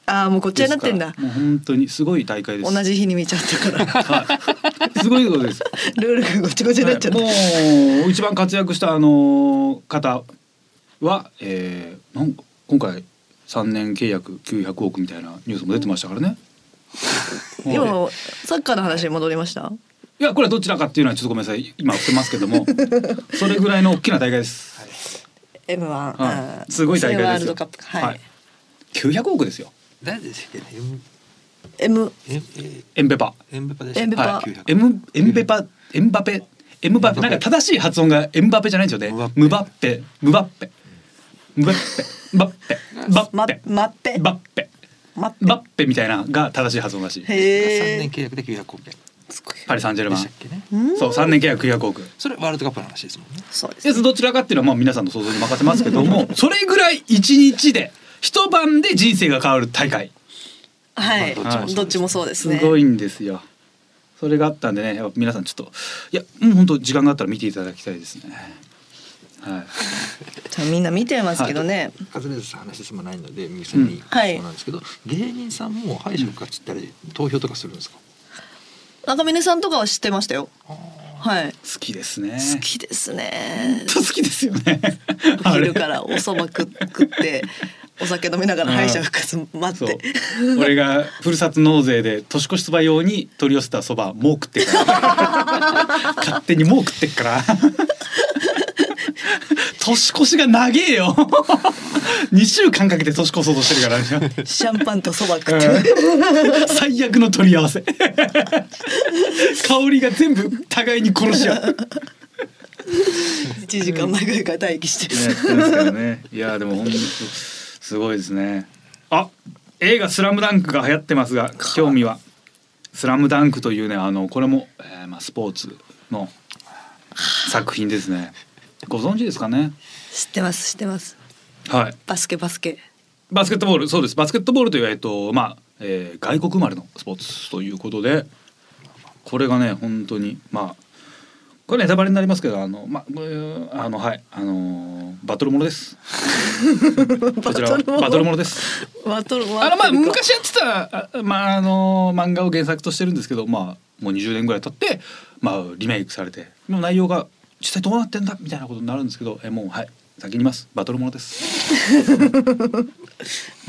[SPEAKER 3] ああもうこっち
[SPEAKER 2] で
[SPEAKER 3] らに
[SPEAKER 2] す
[SPEAKER 3] なっ
[SPEAKER 2] か
[SPEAKER 3] て
[SPEAKER 2] らも
[SPEAKER 3] んだ
[SPEAKER 2] う本当にすごい大会です。
[SPEAKER 3] 同じ日に見ちゃったから <laughs>
[SPEAKER 2] はい、すごいことです。
[SPEAKER 3] ルールがごちゃごちゃになっちゃった、
[SPEAKER 2] はいもう一番活躍したあの方は、えー、なんか今回3年契約900億みたいなニュースも出てましたからね。
[SPEAKER 3] 今もサッカーの話に戻りました
[SPEAKER 2] いやこれはどちらかっていうのはちょっとごめんなさい今伏せますけど
[SPEAKER 3] <laughs>
[SPEAKER 2] もそれぐらいの大きな大会です、
[SPEAKER 3] M1、
[SPEAKER 2] は、
[SPEAKER 3] はい
[SPEAKER 2] すごい大会ですよ
[SPEAKER 3] ワールドカップはい、
[SPEAKER 2] 900億ですよ
[SPEAKER 4] 誰でしたっけね
[SPEAKER 3] M
[SPEAKER 4] エンえ
[SPEAKER 2] エンベパ
[SPEAKER 4] エンベパでした
[SPEAKER 3] エンベパ
[SPEAKER 2] は
[SPEAKER 4] はいい、
[SPEAKER 2] エムエンベパエンバペエムバペなんか正しい発音がエンバペじゃないんですよね
[SPEAKER 4] ムバッペ
[SPEAKER 2] ムバッペムバッペムバッペムバッペムバッペ
[SPEAKER 3] まマッペペ
[SPEAKER 2] バッペ
[SPEAKER 3] マッペ
[SPEAKER 2] バッペみたいなが正しい発音らしい
[SPEAKER 4] 3
[SPEAKER 3] へえ
[SPEAKER 4] 年契約で900億円
[SPEAKER 2] パリ・サンジェル
[SPEAKER 4] で
[SPEAKER 2] マ
[SPEAKER 4] したっ
[SPEAKER 2] ン
[SPEAKER 4] けね
[SPEAKER 2] そう3年契約900億
[SPEAKER 4] それワールドカップの話ですもんね
[SPEAKER 3] そうです
[SPEAKER 2] やつどちらかっていうのはまあ皆さんの想像に任せますけども <laughs> それぐらい一日で一晩で人生が変わる大会
[SPEAKER 3] はい
[SPEAKER 4] まあ
[SPEAKER 3] ど
[SPEAKER 4] ど
[SPEAKER 3] っ
[SPEAKER 4] っ
[SPEAKER 3] ち
[SPEAKER 4] ち
[SPEAKER 3] も
[SPEAKER 4] も
[SPEAKER 3] そうです
[SPEAKER 2] す
[SPEAKER 3] ね
[SPEAKER 2] ごいんですよそれがあったんでねやっぱ皆さんちょっといやうん本当時間があったら見ていただきたいですねはい
[SPEAKER 3] じゃあみんな見てますけどね
[SPEAKER 4] カズレーザーさん話すまないのでミキさんに
[SPEAKER 2] うん
[SPEAKER 3] はい
[SPEAKER 4] そうなんですけど、芸人さんも敗者復活ってあれ投票とかするんですか、
[SPEAKER 3] 中峰さんとかは知ってましたよはい
[SPEAKER 2] 好きですね
[SPEAKER 3] 好きですね
[SPEAKER 2] 本当 <laughs> 好きですよね
[SPEAKER 3] お昼からお蕎麦食食ってお酒飲みながら敗者復活待
[SPEAKER 2] そ
[SPEAKER 3] っ
[SPEAKER 2] う
[SPEAKER 3] て
[SPEAKER 2] 俺がふるさと納税で年越しそば用に取り寄せたそばもう食ってっから
[SPEAKER 3] <laughs>
[SPEAKER 2] 勝手にもう食ってっから年越しが長えよ2週間かけて年越そうとしてるから
[SPEAKER 3] <laughs> シャンパンと蕎麦食って
[SPEAKER 2] うん最悪の取り合わせ香りが全部互いに殺し合う
[SPEAKER 3] 1時間前ぐらいから待機して
[SPEAKER 2] ね、そうですからね。 <laughs> いやでも本当にすごいですね。あ、映画スラムダンクが流行ってますが興味は。スラムダンクというねあのこれも、えーまあスポーツの作品ですね。ご存知ですかね。
[SPEAKER 3] 知ってます知ってます
[SPEAKER 2] はい。
[SPEAKER 3] バスケバスケ
[SPEAKER 2] バスケットボールそうです。バスケットボールというえっとまあ、えー外国生まれのスポーツということで、これがね本当にまあ。これネタバレになりますけど、あの、まあ、こういうあの、はい、あのーバトルものです。こちらは <laughs> バトルものです。
[SPEAKER 3] バトル
[SPEAKER 2] あのまあ昔やってたあまああの漫画を原作としてるんですけど、まあもう20年ぐらい経ってまあリメイクされて、の内容が実際どうなってんだみたいなことになるんですけど、えもうはい先に言いますバトルものです。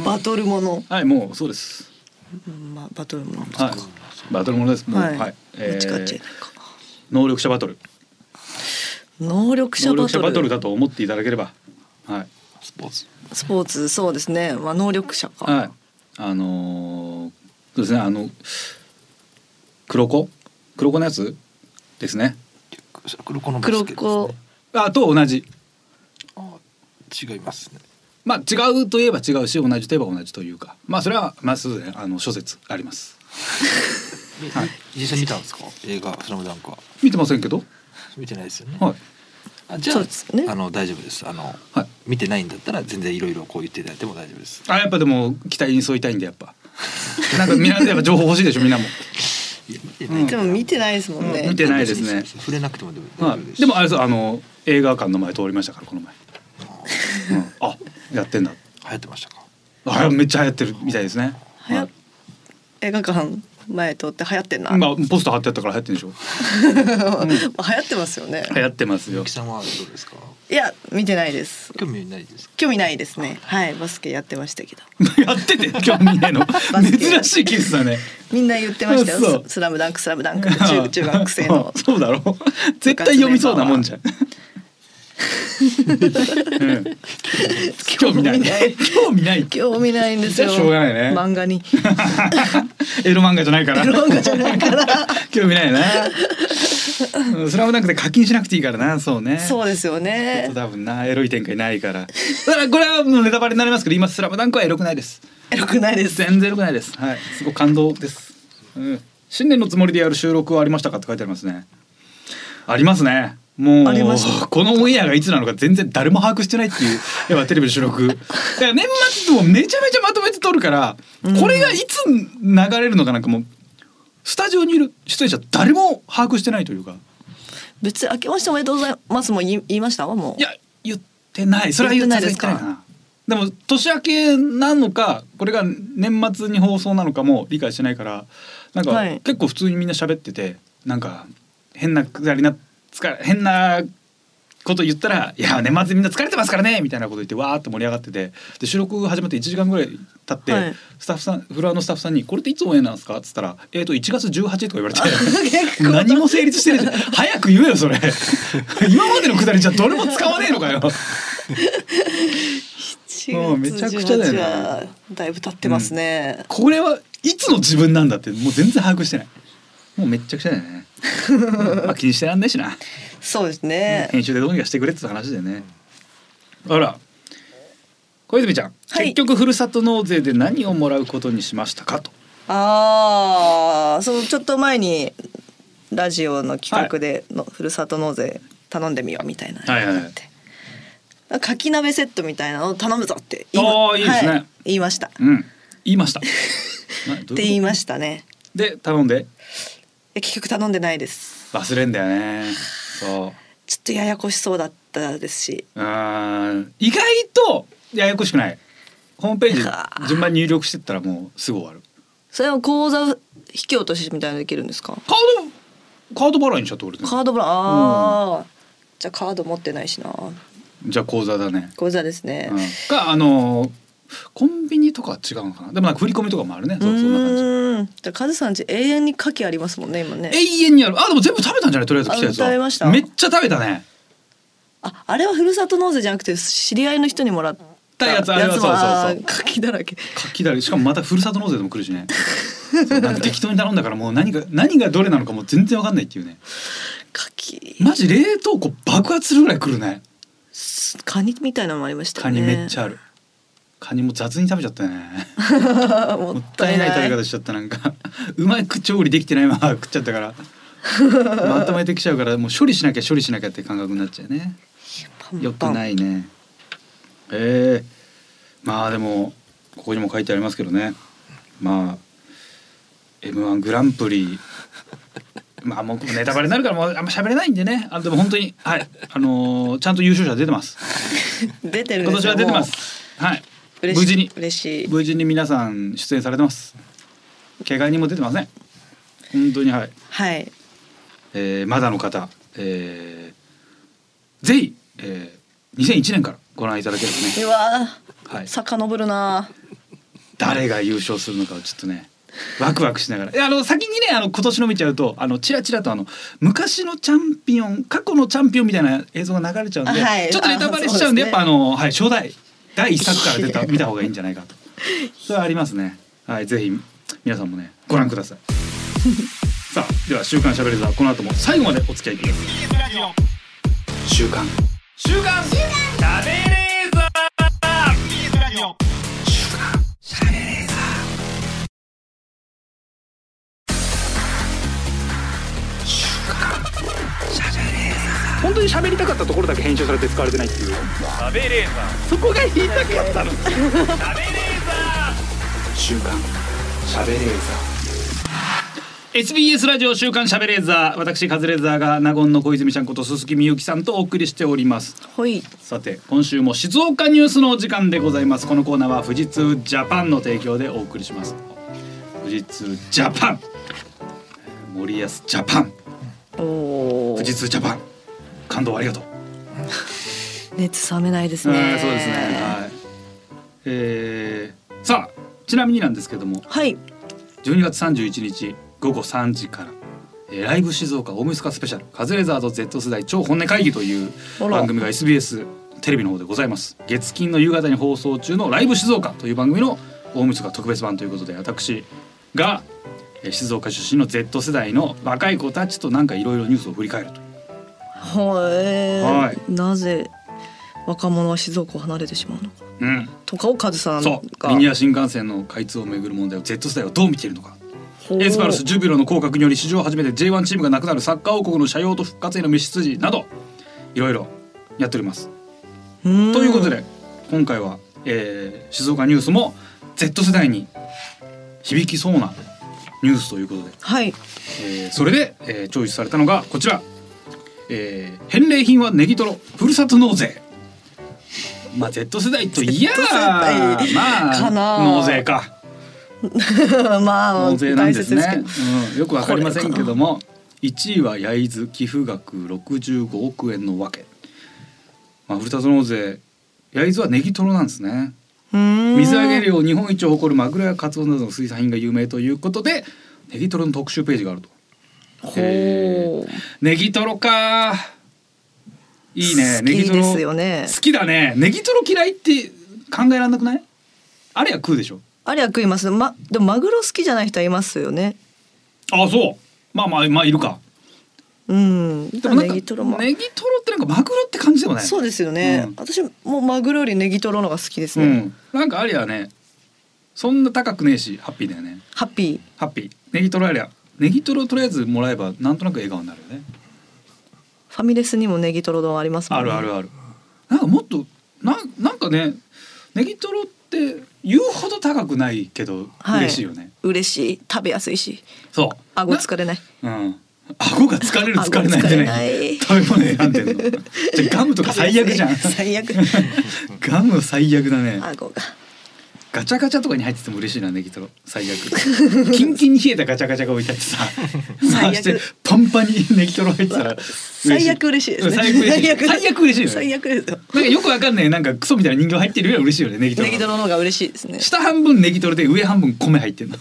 [SPEAKER 3] バトルもの、
[SPEAKER 2] はいもうそうです。
[SPEAKER 3] うんまあ、バトルもの
[SPEAKER 2] はいバトルものです。もう
[SPEAKER 3] は、
[SPEAKER 2] はいい、
[SPEAKER 3] どっちかっちゃい
[SPEAKER 2] え
[SPEAKER 3] な
[SPEAKER 2] ー
[SPEAKER 3] いか
[SPEAKER 2] 能力者バトル
[SPEAKER 3] 能力者
[SPEAKER 2] 能
[SPEAKER 3] バ
[SPEAKER 2] 力者
[SPEAKER 3] トル
[SPEAKER 2] バトルだと思っていただければ、はい
[SPEAKER 4] スポーツ
[SPEAKER 3] スポーツそうですね、まあ、能力者か、
[SPEAKER 2] はいあのーそうですねあの黒子黒子のやつですね。
[SPEAKER 4] 黒子のバ
[SPEAKER 3] 黒
[SPEAKER 4] スケです、
[SPEAKER 3] 子
[SPEAKER 4] ね、
[SPEAKER 2] あと同じ。
[SPEAKER 4] あ違いますね
[SPEAKER 2] まあ違うといえば違うし同じといえば同じというかまあそれはまあそうですねあの諸説ありますはい
[SPEAKER 4] 実際見たんですか映画「スラムダンクは
[SPEAKER 2] 見てませんけど
[SPEAKER 4] 見てないですよね、
[SPEAKER 2] はい
[SPEAKER 4] あじゃあ
[SPEAKER 3] そうですね
[SPEAKER 4] あの大丈夫ですあの、
[SPEAKER 2] はい
[SPEAKER 4] 見てないんだったら全然いろいろこう言っていただいても大丈夫です
[SPEAKER 2] あやっぱでも期待に沿いたいんでやっぱなんかみんなやっぱ情報欲しいでしょみんなも、
[SPEAKER 4] いや見てない
[SPEAKER 3] でも見てないですもんね、
[SPEAKER 2] うん見てないですね
[SPEAKER 4] 別に触れなくてもでも大
[SPEAKER 2] は
[SPEAKER 4] 丈夫で
[SPEAKER 2] い、
[SPEAKER 4] す
[SPEAKER 2] でもあれですあの映画館の前通りましたからこの前、うん、あやってんだ
[SPEAKER 4] 流行ってましたか
[SPEAKER 2] あめっちゃ流行ってるみたいですね
[SPEAKER 3] 流行っ映画館前通って流行ってんな、
[SPEAKER 2] はいまあポスト貼ってあったから流行ってるでしょ
[SPEAKER 3] <laughs> 流行ってますよね
[SPEAKER 2] 流行ってますよ
[SPEAKER 4] 木さんはどうですか
[SPEAKER 3] いや見てないです
[SPEAKER 4] 興味ないですか
[SPEAKER 3] 興味ないですねはいバスケやってましたけど
[SPEAKER 2] やってて興味ないの
[SPEAKER 3] スケ
[SPEAKER 2] 珍しいケースだね
[SPEAKER 3] みんな言ってましたよ
[SPEAKER 2] そう
[SPEAKER 3] ススラムダンクスラムダンク中中学生の
[SPEAKER 2] あそうだろう絶対読みそうなもんじゃん、うん <laughs> 興味ない興味ない
[SPEAKER 3] <laughs> 興味ないんですよ
[SPEAKER 2] じゃあしょうがないね
[SPEAKER 3] 漫画に
[SPEAKER 2] エロ漫画じゃないから
[SPEAKER 3] エロ漫画じゃないから
[SPEAKER 2] 興味ないなうんスラムダンクで課金しなくていいからな <laughs> そうね
[SPEAKER 3] そうですよ
[SPEAKER 2] ちょ
[SPEAKER 3] ね
[SPEAKER 2] っと多分なエロい展開ないから <laughs> だからこれはもうネタバレになりますけど今スラムダンクはエロくないです
[SPEAKER 3] エロくないです
[SPEAKER 2] 全然エロくないですはいすごい感動です、うん、新年のつもりでやる収録はありましたかって書いてありますねありますねもう
[SPEAKER 3] ありました
[SPEAKER 2] このオンエアがいつなのか全然誰も把握してないっていうやっぱテレビの収録だから年末もめちゃめちゃまとめて撮るから、これがいつ流れるのかなんかもうスタジオにいる出演者誰も把握してないというか
[SPEAKER 3] 別に明けましておめでとうございますも言い言いましたもう
[SPEAKER 2] いや言ってないそれは言ってない
[SPEAKER 3] 言
[SPEAKER 2] で
[SPEAKER 3] って
[SPEAKER 2] すか
[SPEAKER 3] ないですか
[SPEAKER 2] なでも年明けなのかこれが年末に放送なのかも理解してないからなんか、
[SPEAKER 3] はい
[SPEAKER 2] 結構普通にみんな喋っててなんか変なくだりな疲れ変なこと言ったら「いや年末みんな疲れてますからね」みたいなこと言ってわーっと盛り上がっててで収録始まって1時間ぐらい経って、
[SPEAKER 3] はい
[SPEAKER 2] スタッフさんフロアのスタッフさんに「これっていつオンエアなんですか?」っつったら「えっ、と1月18日」とか言われ
[SPEAKER 3] <laughs>
[SPEAKER 2] て何も成立してるじゃん早く言えよそれ今までのくだりじゃどれも使わねえのかよ。もうめちゃくちゃだよね
[SPEAKER 3] ねだいぶ経ってますね、
[SPEAKER 2] これはいつの自分なんだってもう全然把握してないもうめっちゃくちゃだよ
[SPEAKER 3] <laughs>
[SPEAKER 2] ねまあ気にしてらんねえしな
[SPEAKER 3] <laughs> そうですね、
[SPEAKER 2] 編集でどうにかしてくれって話でねあら小泉ちゃん、
[SPEAKER 3] はい
[SPEAKER 2] 結局ふるさと納税で何をもらうことにしましたかと。
[SPEAKER 3] ああ、そのちょっと前にラジオの企画での、ふるさと納税頼んでみようみたいなのがあって、
[SPEAKER 2] はいはい
[SPEAKER 3] なんかき鍋セットみたいなのを頼むぞって
[SPEAKER 2] あーいいですね
[SPEAKER 3] は言いました。っ
[SPEAKER 2] うん、言い
[SPEAKER 3] <laughs>
[SPEAKER 2] ました。などう
[SPEAKER 3] て言
[SPEAKER 2] い
[SPEAKER 3] いう
[SPEAKER 2] こ
[SPEAKER 3] ましたね。
[SPEAKER 2] とで頼んで
[SPEAKER 3] え結局頼んでないです。
[SPEAKER 2] 忘れんだよね。そう。
[SPEAKER 3] ちょっとややこしそうだったですし、
[SPEAKER 2] うーん意外とややこしくない。ホームペ
[SPEAKER 3] は
[SPEAKER 2] ージ順番に入力してったらもうすぐ終わる。
[SPEAKER 3] それを口座引き落としみたいなのできるんですか？
[SPEAKER 2] カードカード払いにしちゃって俺ね。
[SPEAKER 3] カードブラああ、じゃあカード持ってないしな。
[SPEAKER 2] じゃあ口座だね。
[SPEAKER 3] 口座ですね。
[SPEAKER 2] うん、かあのーコンビニとかは違うのかな。でもなんか振り込みとかもあるね。
[SPEAKER 3] う
[SPEAKER 2] そうそんな感じ。
[SPEAKER 3] ーん。じゃあカズさんち永遠に牡蠣ありますもんね今ね。
[SPEAKER 2] 永遠にある。あでも全部食べたんじゃないとりあえず来たやつは。
[SPEAKER 3] あ食べました
[SPEAKER 2] めっちゃ食べたね。
[SPEAKER 3] あ、あれはふるさと納税じゃなくて知り合いの人にもらった
[SPEAKER 2] やつあれは
[SPEAKER 3] もあ
[SPEAKER 2] そうそうそう
[SPEAKER 3] ー柿だらけ。
[SPEAKER 2] かきだれしかもまたふるさと納税でも来るしねそうなんか適当に頼んだからもう何が何がどれなのかもう全然わかんないって
[SPEAKER 3] <laughs>
[SPEAKER 2] いうね
[SPEAKER 3] 柿、
[SPEAKER 2] マジ冷凍庫爆発するぐらい来るね
[SPEAKER 3] カニみたいなのもありました
[SPEAKER 2] カ
[SPEAKER 3] よね。
[SPEAKER 2] ニめっちゃある、カニも雑に食べちゃったね
[SPEAKER 3] <laughs> ゃ
[SPEAKER 2] も
[SPEAKER 3] も
[SPEAKER 2] っ
[SPEAKER 3] った
[SPEAKER 2] た
[SPEAKER 3] い
[SPEAKER 2] いな
[SPEAKER 3] ないい。
[SPEAKER 2] 食べ方しちゃったなんか <laughs> うまく調理できてないまま <laughs> 食っちゃったからまとめてきちゃうからもう処理しなきゃ処理しなきゃって感覚になっちゃうね
[SPEAKER 3] パンパン
[SPEAKER 2] よくないねええまあでもここにも書いてありますけどねまあ m 1グランプ
[SPEAKER 3] <laughs>
[SPEAKER 2] リまあもうネタバレになるからもうあんま喋れないんでねあでも本当にはいあのーちゃんと優勝者出てます
[SPEAKER 3] 出てるん
[SPEAKER 2] 今
[SPEAKER 3] です
[SPEAKER 2] 年
[SPEAKER 3] よ
[SPEAKER 2] は出てま。
[SPEAKER 3] も
[SPEAKER 2] すはいう
[SPEAKER 3] 嬉しい
[SPEAKER 2] 無事に
[SPEAKER 3] 嬉しい。
[SPEAKER 2] 無事に皆さん出演されてます怪我人も出てません本当にはい、
[SPEAKER 3] はい。
[SPEAKER 2] えーまだの方、えーぜひ、えー2001年からご覧いただけるとね
[SPEAKER 3] うわー、
[SPEAKER 2] はい
[SPEAKER 3] 遡るな。
[SPEAKER 2] 誰が優勝するのかをちょっとねワクワクしながらいやあの先にねあの今年の見ちゃうとあのチラチラとあの昔のチャンピオン過去のチャンピオンみたいな映像が流れちゃうんで、
[SPEAKER 3] あはい
[SPEAKER 2] ちょっとネタバレしちゃうんで
[SPEAKER 3] あ
[SPEAKER 2] やっぱあの、はい、初代第一作から出た
[SPEAKER 3] いや
[SPEAKER 2] 見た方がいいんじゃないか
[SPEAKER 3] <laughs>
[SPEAKER 2] とそれはありますねはいぜひ皆さんもねご覧ください <laughs> さあでは「週刊しゃべれーザー」この後も最後までお付き合いください
[SPEAKER 1] 週刊
[SPEAKER 2] 週刊しゃべれーザ
[SPEAKER 1] 本当に喋りたかったところだけ編集されて使われてないっていう
[SPEAKER 2] そこが言いたかったの
[SPEAKER 1] 週刊喋れー
[SPEAKER 2] SBS ラジオ週刊しゃべれーザー私カズレーザーが納言の小泉ちゃんこと鈴木みゆきさんとお送りしております
[SPEAKER 3] ほい。
[SPEAKER 2] さて今週も静岡ニュースのお時間でございますこのコーナーは富士通ジャパンの提供でお送りします富士通ジャパン森保ジャパン
[SPEAKER 3] おお
[SPEAKER 2] 富。士通ジャパン感動ありがとう
[SPEAKER 3] 熱冷めないです
[SPEAKER 2] う
[SPEAKER 3] ね
[SPEAKER 2] ん。そうですねはい、えー、さあちなみになんですけども
[SPEAKER 3] はい。
[SPEAKER 2] 12月31日午後3時から、えーライブ静岡大晦日スペシャル「カズレーザーと Z 世代超本音会議」という
[SPEAKER 3] あら
[SPEAKER 2] 番組が SBS テレビの方でございます月金の夕方に放送中の「ライブ静岡」という番組の大晦日特別版ということで私が、えー静岡出身の Z 世代の若い子たちとなんかいろいろニュースを振り返るとは
[SPEAKER 3] はいい。なぜ若者は静岡を離れてしまうのか
[SPEAKER 2] うん、
[SPEAKER 3] とかをカズさんが
[SPEAKER 2] そうリニア新幹線の開通をめぐる問題を Z 世代はどう見ているのか
[SPEAKER 3] ほう
[SPEAKER 2] エスパルスジュビロの降格により史上初めて J1 チームがなくなるサッカー王国の社用と復活への道筋などいろいろやっております。
[SPEAKER 3] うーん
[SPEAKER 2] ということで今回は、えー静岡ニュースも Z 世代に響きそうなニュースということで、
[SPEAKER 3] はい <laughs>
[SPEAKER 2] えーそれで、えーチョイスされたのがこちら、えー返礼品はネギトロふるさと納税。まあ Z 世代といや
[SPEAKER 3] Z 世代
[SPEAKER 2] ま
[SPEAKER 3] かな
[SPEAKER 2] あ納税か。
[SPEAKER 3] まあ
[SPEAKER 2] 納税なんです
[SPEAKER 3] 大
[SPEAKER 2] ね
[SPEAKER 3] 切で、
[SPEAKER 2] うん、よくわかりませんけども1位は焼津寄付額65億円のわけ、まあ、ふるさと納税焼津はネギトロなんですね
[SPEAKER 3] うーん
[SPEAKER 2] 水揚げ量日本一を誇るマグロやカツオなどの水産品が有名ということでネギトロの特集ページがあると
[SPEAKER 3] ほう
[SPEAKER 2] ネギトロかいいね
[SPEAKER 3] 好
[SPEAKER 2] ネギ
[SPEAKER 3] き
[SPEAKER 2] トロ
[SPEAKER 3] ですよね
[SPEAKER 2] 好きだねネギトロ嫌いって考えられなくないあれは食うでしょ
[SPEAKER 3] あれは食いますまでもマグロ好きじゃない人はいますよね
[SPEAKER 2] あそうまあまあまあいるか
[SPEAKER 3] うん。
[SPEAKER 2] でもなんか
[SPEAKER 3] ネギトロも。
[SPEAKER 2] ネギトロってなんかマグロって感じでもない。
[SPEAKER 3] そうですよね。
[SPEAKER 2] うん
[SPEAKER 3] 私もうマグロよりネギトロの方が好きです
[SPEAKER 2] う
[SPEAKER 3] ね。
[SPEAKER 2] ん。なんかありゃね、そんな高くねえしハッピーだよね。
[SPEAKER 3] ハッピ
[SPEAKER 2] ハッピー。ネギトロありゃネギトロとりあえずもらえばなんとなく笑顔になるよね。
[SPEAKER 3] ー。ファミレスにもネギトロ丼ありますも
[SPEAKER 2] あ
[SPEAKER 3] んね。
[SPEAKER 2] るあるある。なんかもっとななんかねネギトロって言うほど高くないけど
[SPEAKER 3] はい
[SPEAKER 2] 嬉しいよね。
[SPEAKER 3] 嬉しい。食べやすいし。
[SPEAKER 2] そう。
[SPEAKER 3] 顎疲れない。
[SPEAKER 2] うん。顎が疲れる <laughs> 疲れないで
[SPEAKER 3] 顎が疲れな
[SPEAKER 2] ね
[SPEAKER 3] い
[SPEAKER 2] 食べ物選んでるのじゃあガムとか最悪じゃん
[SPEAKER 3] <laughs>
[SPEAKER 2] <laughs>
[SPEAKER 3] 最悪。
[SPEAKER 2] ガム最悪だね
[SPEAKER 3] 顎が。
[SPEAKER 2] ガチャガチャとかに入ってても嬉しいなネギトロ最
[SPEAKER 3] <laughs>
[SPEAKER 2] 悪キンキンに冷えたガチャガチャが置いてあってさ
[SPEAKER 3] 最悪
[SPEAKER 2] 回してパンパンにネギトロ入ってたら
[SPEAKER 3] 最悪嬉しいですね。
[SPEAKER 2] 最悪嬉しい最悪嬉しいよね
[SPEAKER 3] 最悪ですよ。
[SPEAKER 2] なんかよくわかんないなんかクソみたいな人形入ってるよりは嬉しいよねネギトロ
[SPEAKER 3] ネギトロの方が嬉しいですね。
[SPEAKER 2] 下半分ネギトロで上半分米入ってんの <laughs>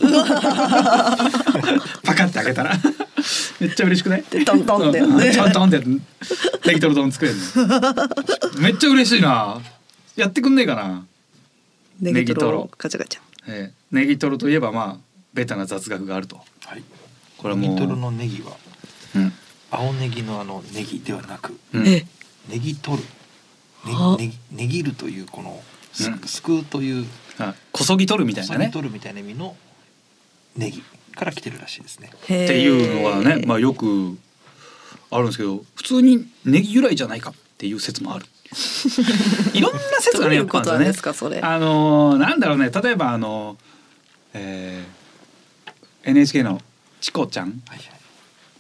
[SPEAKER 2] パカって開けた
[SPEAKER 3] <laughs>
[SPEAKER 2] らめっちゃ嬉しくない
[SPEAKER 3] でトントンってやって
[SPEAKER 2] うんトントンってやってネギトロ丼作れるの
[SPEAKER 3] <laughs>
[SPEAKER 2] めっちゃ嬉しいなやってくんねえかな、
[SPEAKER 3] ネギト
[SPEAKER 2] ネギト
[SPEAKER 3] ロ
[SPEAKER 2] ロ。
[SPEAKER 3] ガチャガチャ。
[SPEAKER 2] えーネギトロといえばまあベタな雑学があると
[SPEAKER 4] はい。
[SPEAKER 2] これは
[SPEAKER 4] ネ
[SPEAKER 2] もう
[SPEAKER 4] ギトロのネギは
[SPEAKER 2] うん
[SPEAKER 4] 青ネギのあのネギではなく、
[SPEAKER 2] うん
[SPEAKER 3] え、
[SPEAKER 4] ネギ取る、ね
[SPEAKER 3] あ
[SPEAKER 4] ねぎねぎるというこのす
[SPEAKER 2] うん
[SPEAKER 4] すくうという
[SPEAKER 2] あこそぎ取るみたいな
[SPEAKER 4] ね
[SPEAKER 2] ね
[SPEAKER 4] 取るみたいな意味のネギから来てるらしいですね。
[SPEAKER 3] へー
[SPEAKER 2] っていうのはね、まあ、よくあるんですけど普通にネギ由来じゃないかっていう説
[SPEAKER 3] <laughs>
[SPEAKER 2] もあるいろんな説がね
[SPEAKER 3] どう
[SPEAKER 2] や
[SPEAKER 3] い
[SPEAKER 2] っ
[SPEAKER 3] う
[SPEAKER 2] ぱ
[SPEAKER 3] こ
[SPEAKER 2] あ
[SPEAKER 3] と
[SPEAKER 2] る
[SPEAKER 3] なん
[SPEAKER 2] だ
[SPEAKER 3] んで
[SPEAKER 2] ね
[SPEAKER 3] すかそれ。
[SPEAKER 2] あのーなんだろうね例えばあの、えー NHK の「チコちゃん
[SPEAKER 4] はいはい。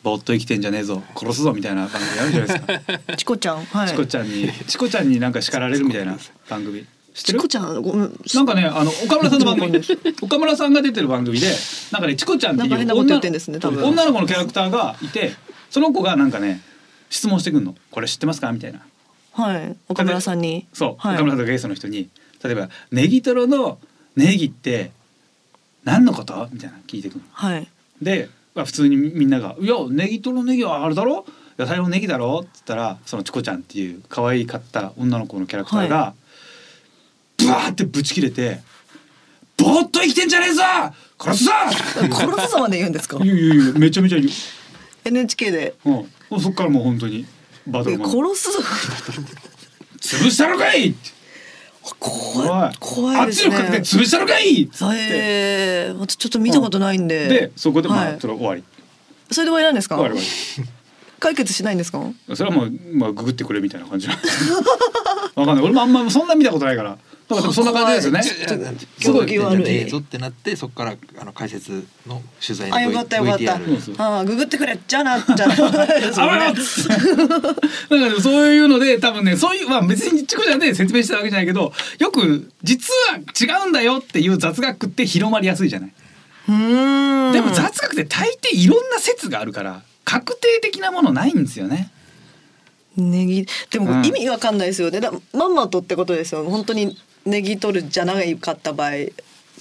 [SPEAKER 2] ぼーっと生きてんじゃねえぞ殺すぞ」みたいな番組あるじゃないですか、
[SPEAKER 3] チコちゃん。 <laughs> はい。
[SPEAKER 2] チコちゃんにチコちゃんになんか叱られるみたいな番組知って
[SPEAKER 3] チ
[SPEAKER 2] る
[SPEAKER 3] コちゃんごめん。
[SPEAKER 2] なんかねあの岡村さんの番組
[SPEAKER 3] <laughs>
[SPEAKER 2] 岡村さんが出てる番組でなんかねチコちゃんっていう
[SPEAKER 3] なんか変なこと言ってんですね多分
[SPEAKER 2] 女の子のキャラクターがいてその子がなんかね質問してくんの「これ知ってますか?」みたいな
[SPEAKER 3] はい。岡村さんに。
[SPEAKER 2] そう、
[SPEAKER 3] はい
[SPEAKER 2] 岡村さんとかゲストの人に例えば「ネギトロのネギって何のこと?」みたいなの聞いてくる
[SPEAKER 3] はい。
[SPEAKER 2] で、まあ、普通にみんなが「いやネギトロのネギはあれだろ野菜のネギだろ」っつったらそのチコちゃんっていう可愛かった女の子のキャラクターが、ブワーってぶち切れて「ぼーっと生きてんじゃねえぞ殺すぞ!」
[SPEAKER 3] 殺すぞまで言うんで
[SPEAKER 2] <laughs>
[SPEAKER 3] すか
[SPEAKER 2] い。やいやいやめちゃめちゃ言
[SPEAKER 3] NHK で。
[SPEAKER 2] う、うん、そっからもう本当にバト
[SPEAKER 3] え
[SPEAKER 2] ルマン
[SPEAKER 3] 殺すぞ。
[SPEAKER 2] 潰したのかい!」って
[SPEAKER 3] 怖い。怖いです
[SPEAKER 2] 圧力かけ
[SPEAKER 3] ね
[SPEAKER 2] て。潰したのかい!」っつって。
[SPEAKER 3] ええ、私ちょっと見たことないんで。
[SPEAKER 2] でそこでまあ、
[SPEAKER 3] はい
[SPEAKER 2] それは終わり
[SPEAKER 3] それで終わりなんですか
[SPEAKER 2] 終わ。り終わり。
[SPEAKER 3] 解決しないんですか。
[SPEAKER 2] それはもう、まあ、ググってくれみたいな感じ <laughs> なんですねわかんない俺もあんまそんな見たことないからだからでもそんな感じですよね
[SPEAKER 3] ちょっと行儀悪い
[SPEAKER 4] じゃあええぞってなってそこからあの解説の取材の
[SPEAKER 3] あよかったよかった。
[SPEAKER 2] そうそう
[SPEAKER 3] ああググってくれじゃあなじゃあなです
[SPEAKER 2] あ
[SPEAKER 3] もん
[SPEAKER 2] わ
[SPEAKER 3] ね
[SPEAKER 2] よっつって <laughs> なんかでもそういうので多分ねそういうまあ別にチコちゃんで説明したわけじゃないけどよく実は違うんだよっていう雑学って広まりやすいじゃない、
[SPEAKER 3] うーん。
[SPEAKER 2] でも雑学って大抵いろんな説があるから確定的なものないんですよね
[SPEAKER 3] ネギで
[SPEAKER 2] う
[SPEAKER 3] も
[SPEAKER 2] ん
[SPEAKER 3] 意味わかんないですよね。だまんまとってことですよ。本当にネギ取るじゃなかった場合、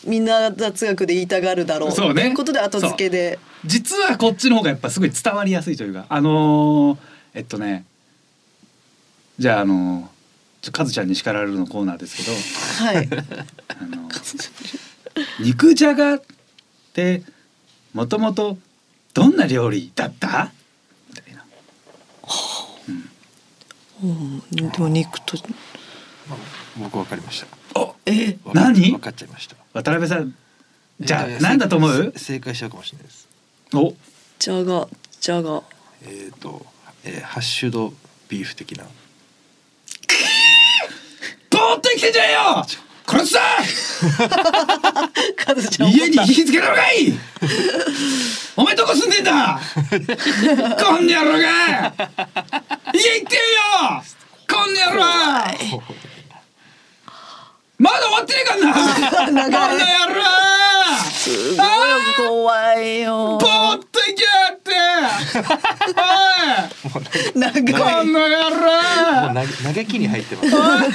[SPEAKER 3] みんな雑学で言いたがるだろう。
[SPEAKER 2] そうね
[SPEAKER 3] ということで後付けで。
[SPEAKER 2] 実はこっちの方がやっぱすごい伝わりやすいというかあのーえっとねじゃああのーちょカズちゃんに叱られるのコーナーですけど <laughs>
[SPEAKER 3] はい。
[SPEAKER 2] あの肉じゃがってもともとどんな料理だったみたいな
[SPEAKER 3] うんでも肉と
[SPEAKER 4] まあ僕わかりました。
[SPEAKER 2] お
[SPEAKER 3] え
[SPEAKER 4] わか
[SPEAKER 2] 何
[SPEAKER 4] わかっちゃいました。
[SPEAKER 2] 渡辺さんじゃあ
[SPEAKER 4] えっ
[SPEAKER 2] 何だと思う
[SPEAKER 4] せ正解しちゃうかもしれないです。
[SPEAKER 2] お
[SPEAKER 3] じゃがじゃが。
[SPEAKER 4] えっ、と、えーハッシュドビーフ的な。
[SPEAKER 2] ぼーっと生きてんじゃねえよ殺すぞ
[SPEAKER 3] カズちゃん怒
[SPEAKER 2] 家
[SPEAKER 3] っ
[SPEAKER 2] に
[SPEAKER 3] た
[SPEAKER 2] 引。きつけたのかい
[SPEAKER 3] <laughs>
[SPEAKER 2] お前どこ住んでんだこんにゃろが家行ってよこんにゃろまだ終わってねえかんなこんな野郎
[SPEAKER 3] すごい怖い
[SPEAKER 2] ぼ。ーっ
[SPEAKER 3] よ
[SPEAKER 2] と行けって
[SPEAKER 3] 長い。
[SPEAKER 2] おいこんな野
[SPEAKER 4] もう
[SPEAKER 2] 郎
[SPEAKER 4] な嘆きに入ってます。
[SPEAKER 2] <laughs> おい
[SPEAKER 3] <laughs>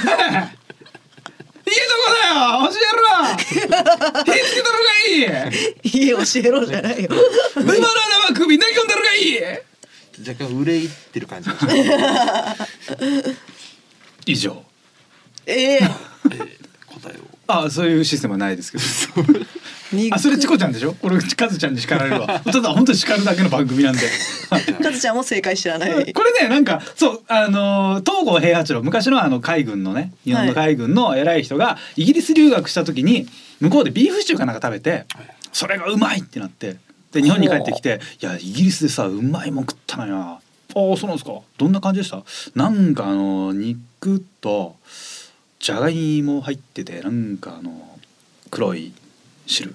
[SPEAKER 2] 家どこだよ教えろ火つけたのかい
[SPEAKER 3] 家教えろじ
[SPEAKER 2] <laughs>
[SPEAKER 3] ゃないよ。
[SPEAKER 2] 梅原生首投げ込んだのがいい
[SPEAKER 4] 若干憂いってる感じがします。
[SPEAKER 2] 以上
[SPEAKER 3] ええ
[SPEAKER 4] えー答伝えを
[SPEAKER 2] あそういうシステムはないですけど
[SPEAKER 3] に
[SPEAKER 2] あそれチコちゃんでしょこれカズちゃんに叱られるわただ本当に叱るだけの番組なんで
[SPEAKER 3] カズちゃんも正解知らない。
[SPEAKER 2] これねなんかそうあのー東郷平八郎昔のあの海軍のね日本の海軍の偉い人がイギリス留学した時に向こうでビーフシチューかなんか食べてそれがうまいってなってで日本に帰ってきて「いやイギリスでさうまいもん食ったのよ」ああそうなんですかどんな感じでしたなんかあの肉とじゃがいも入っててなんかあの黒い汁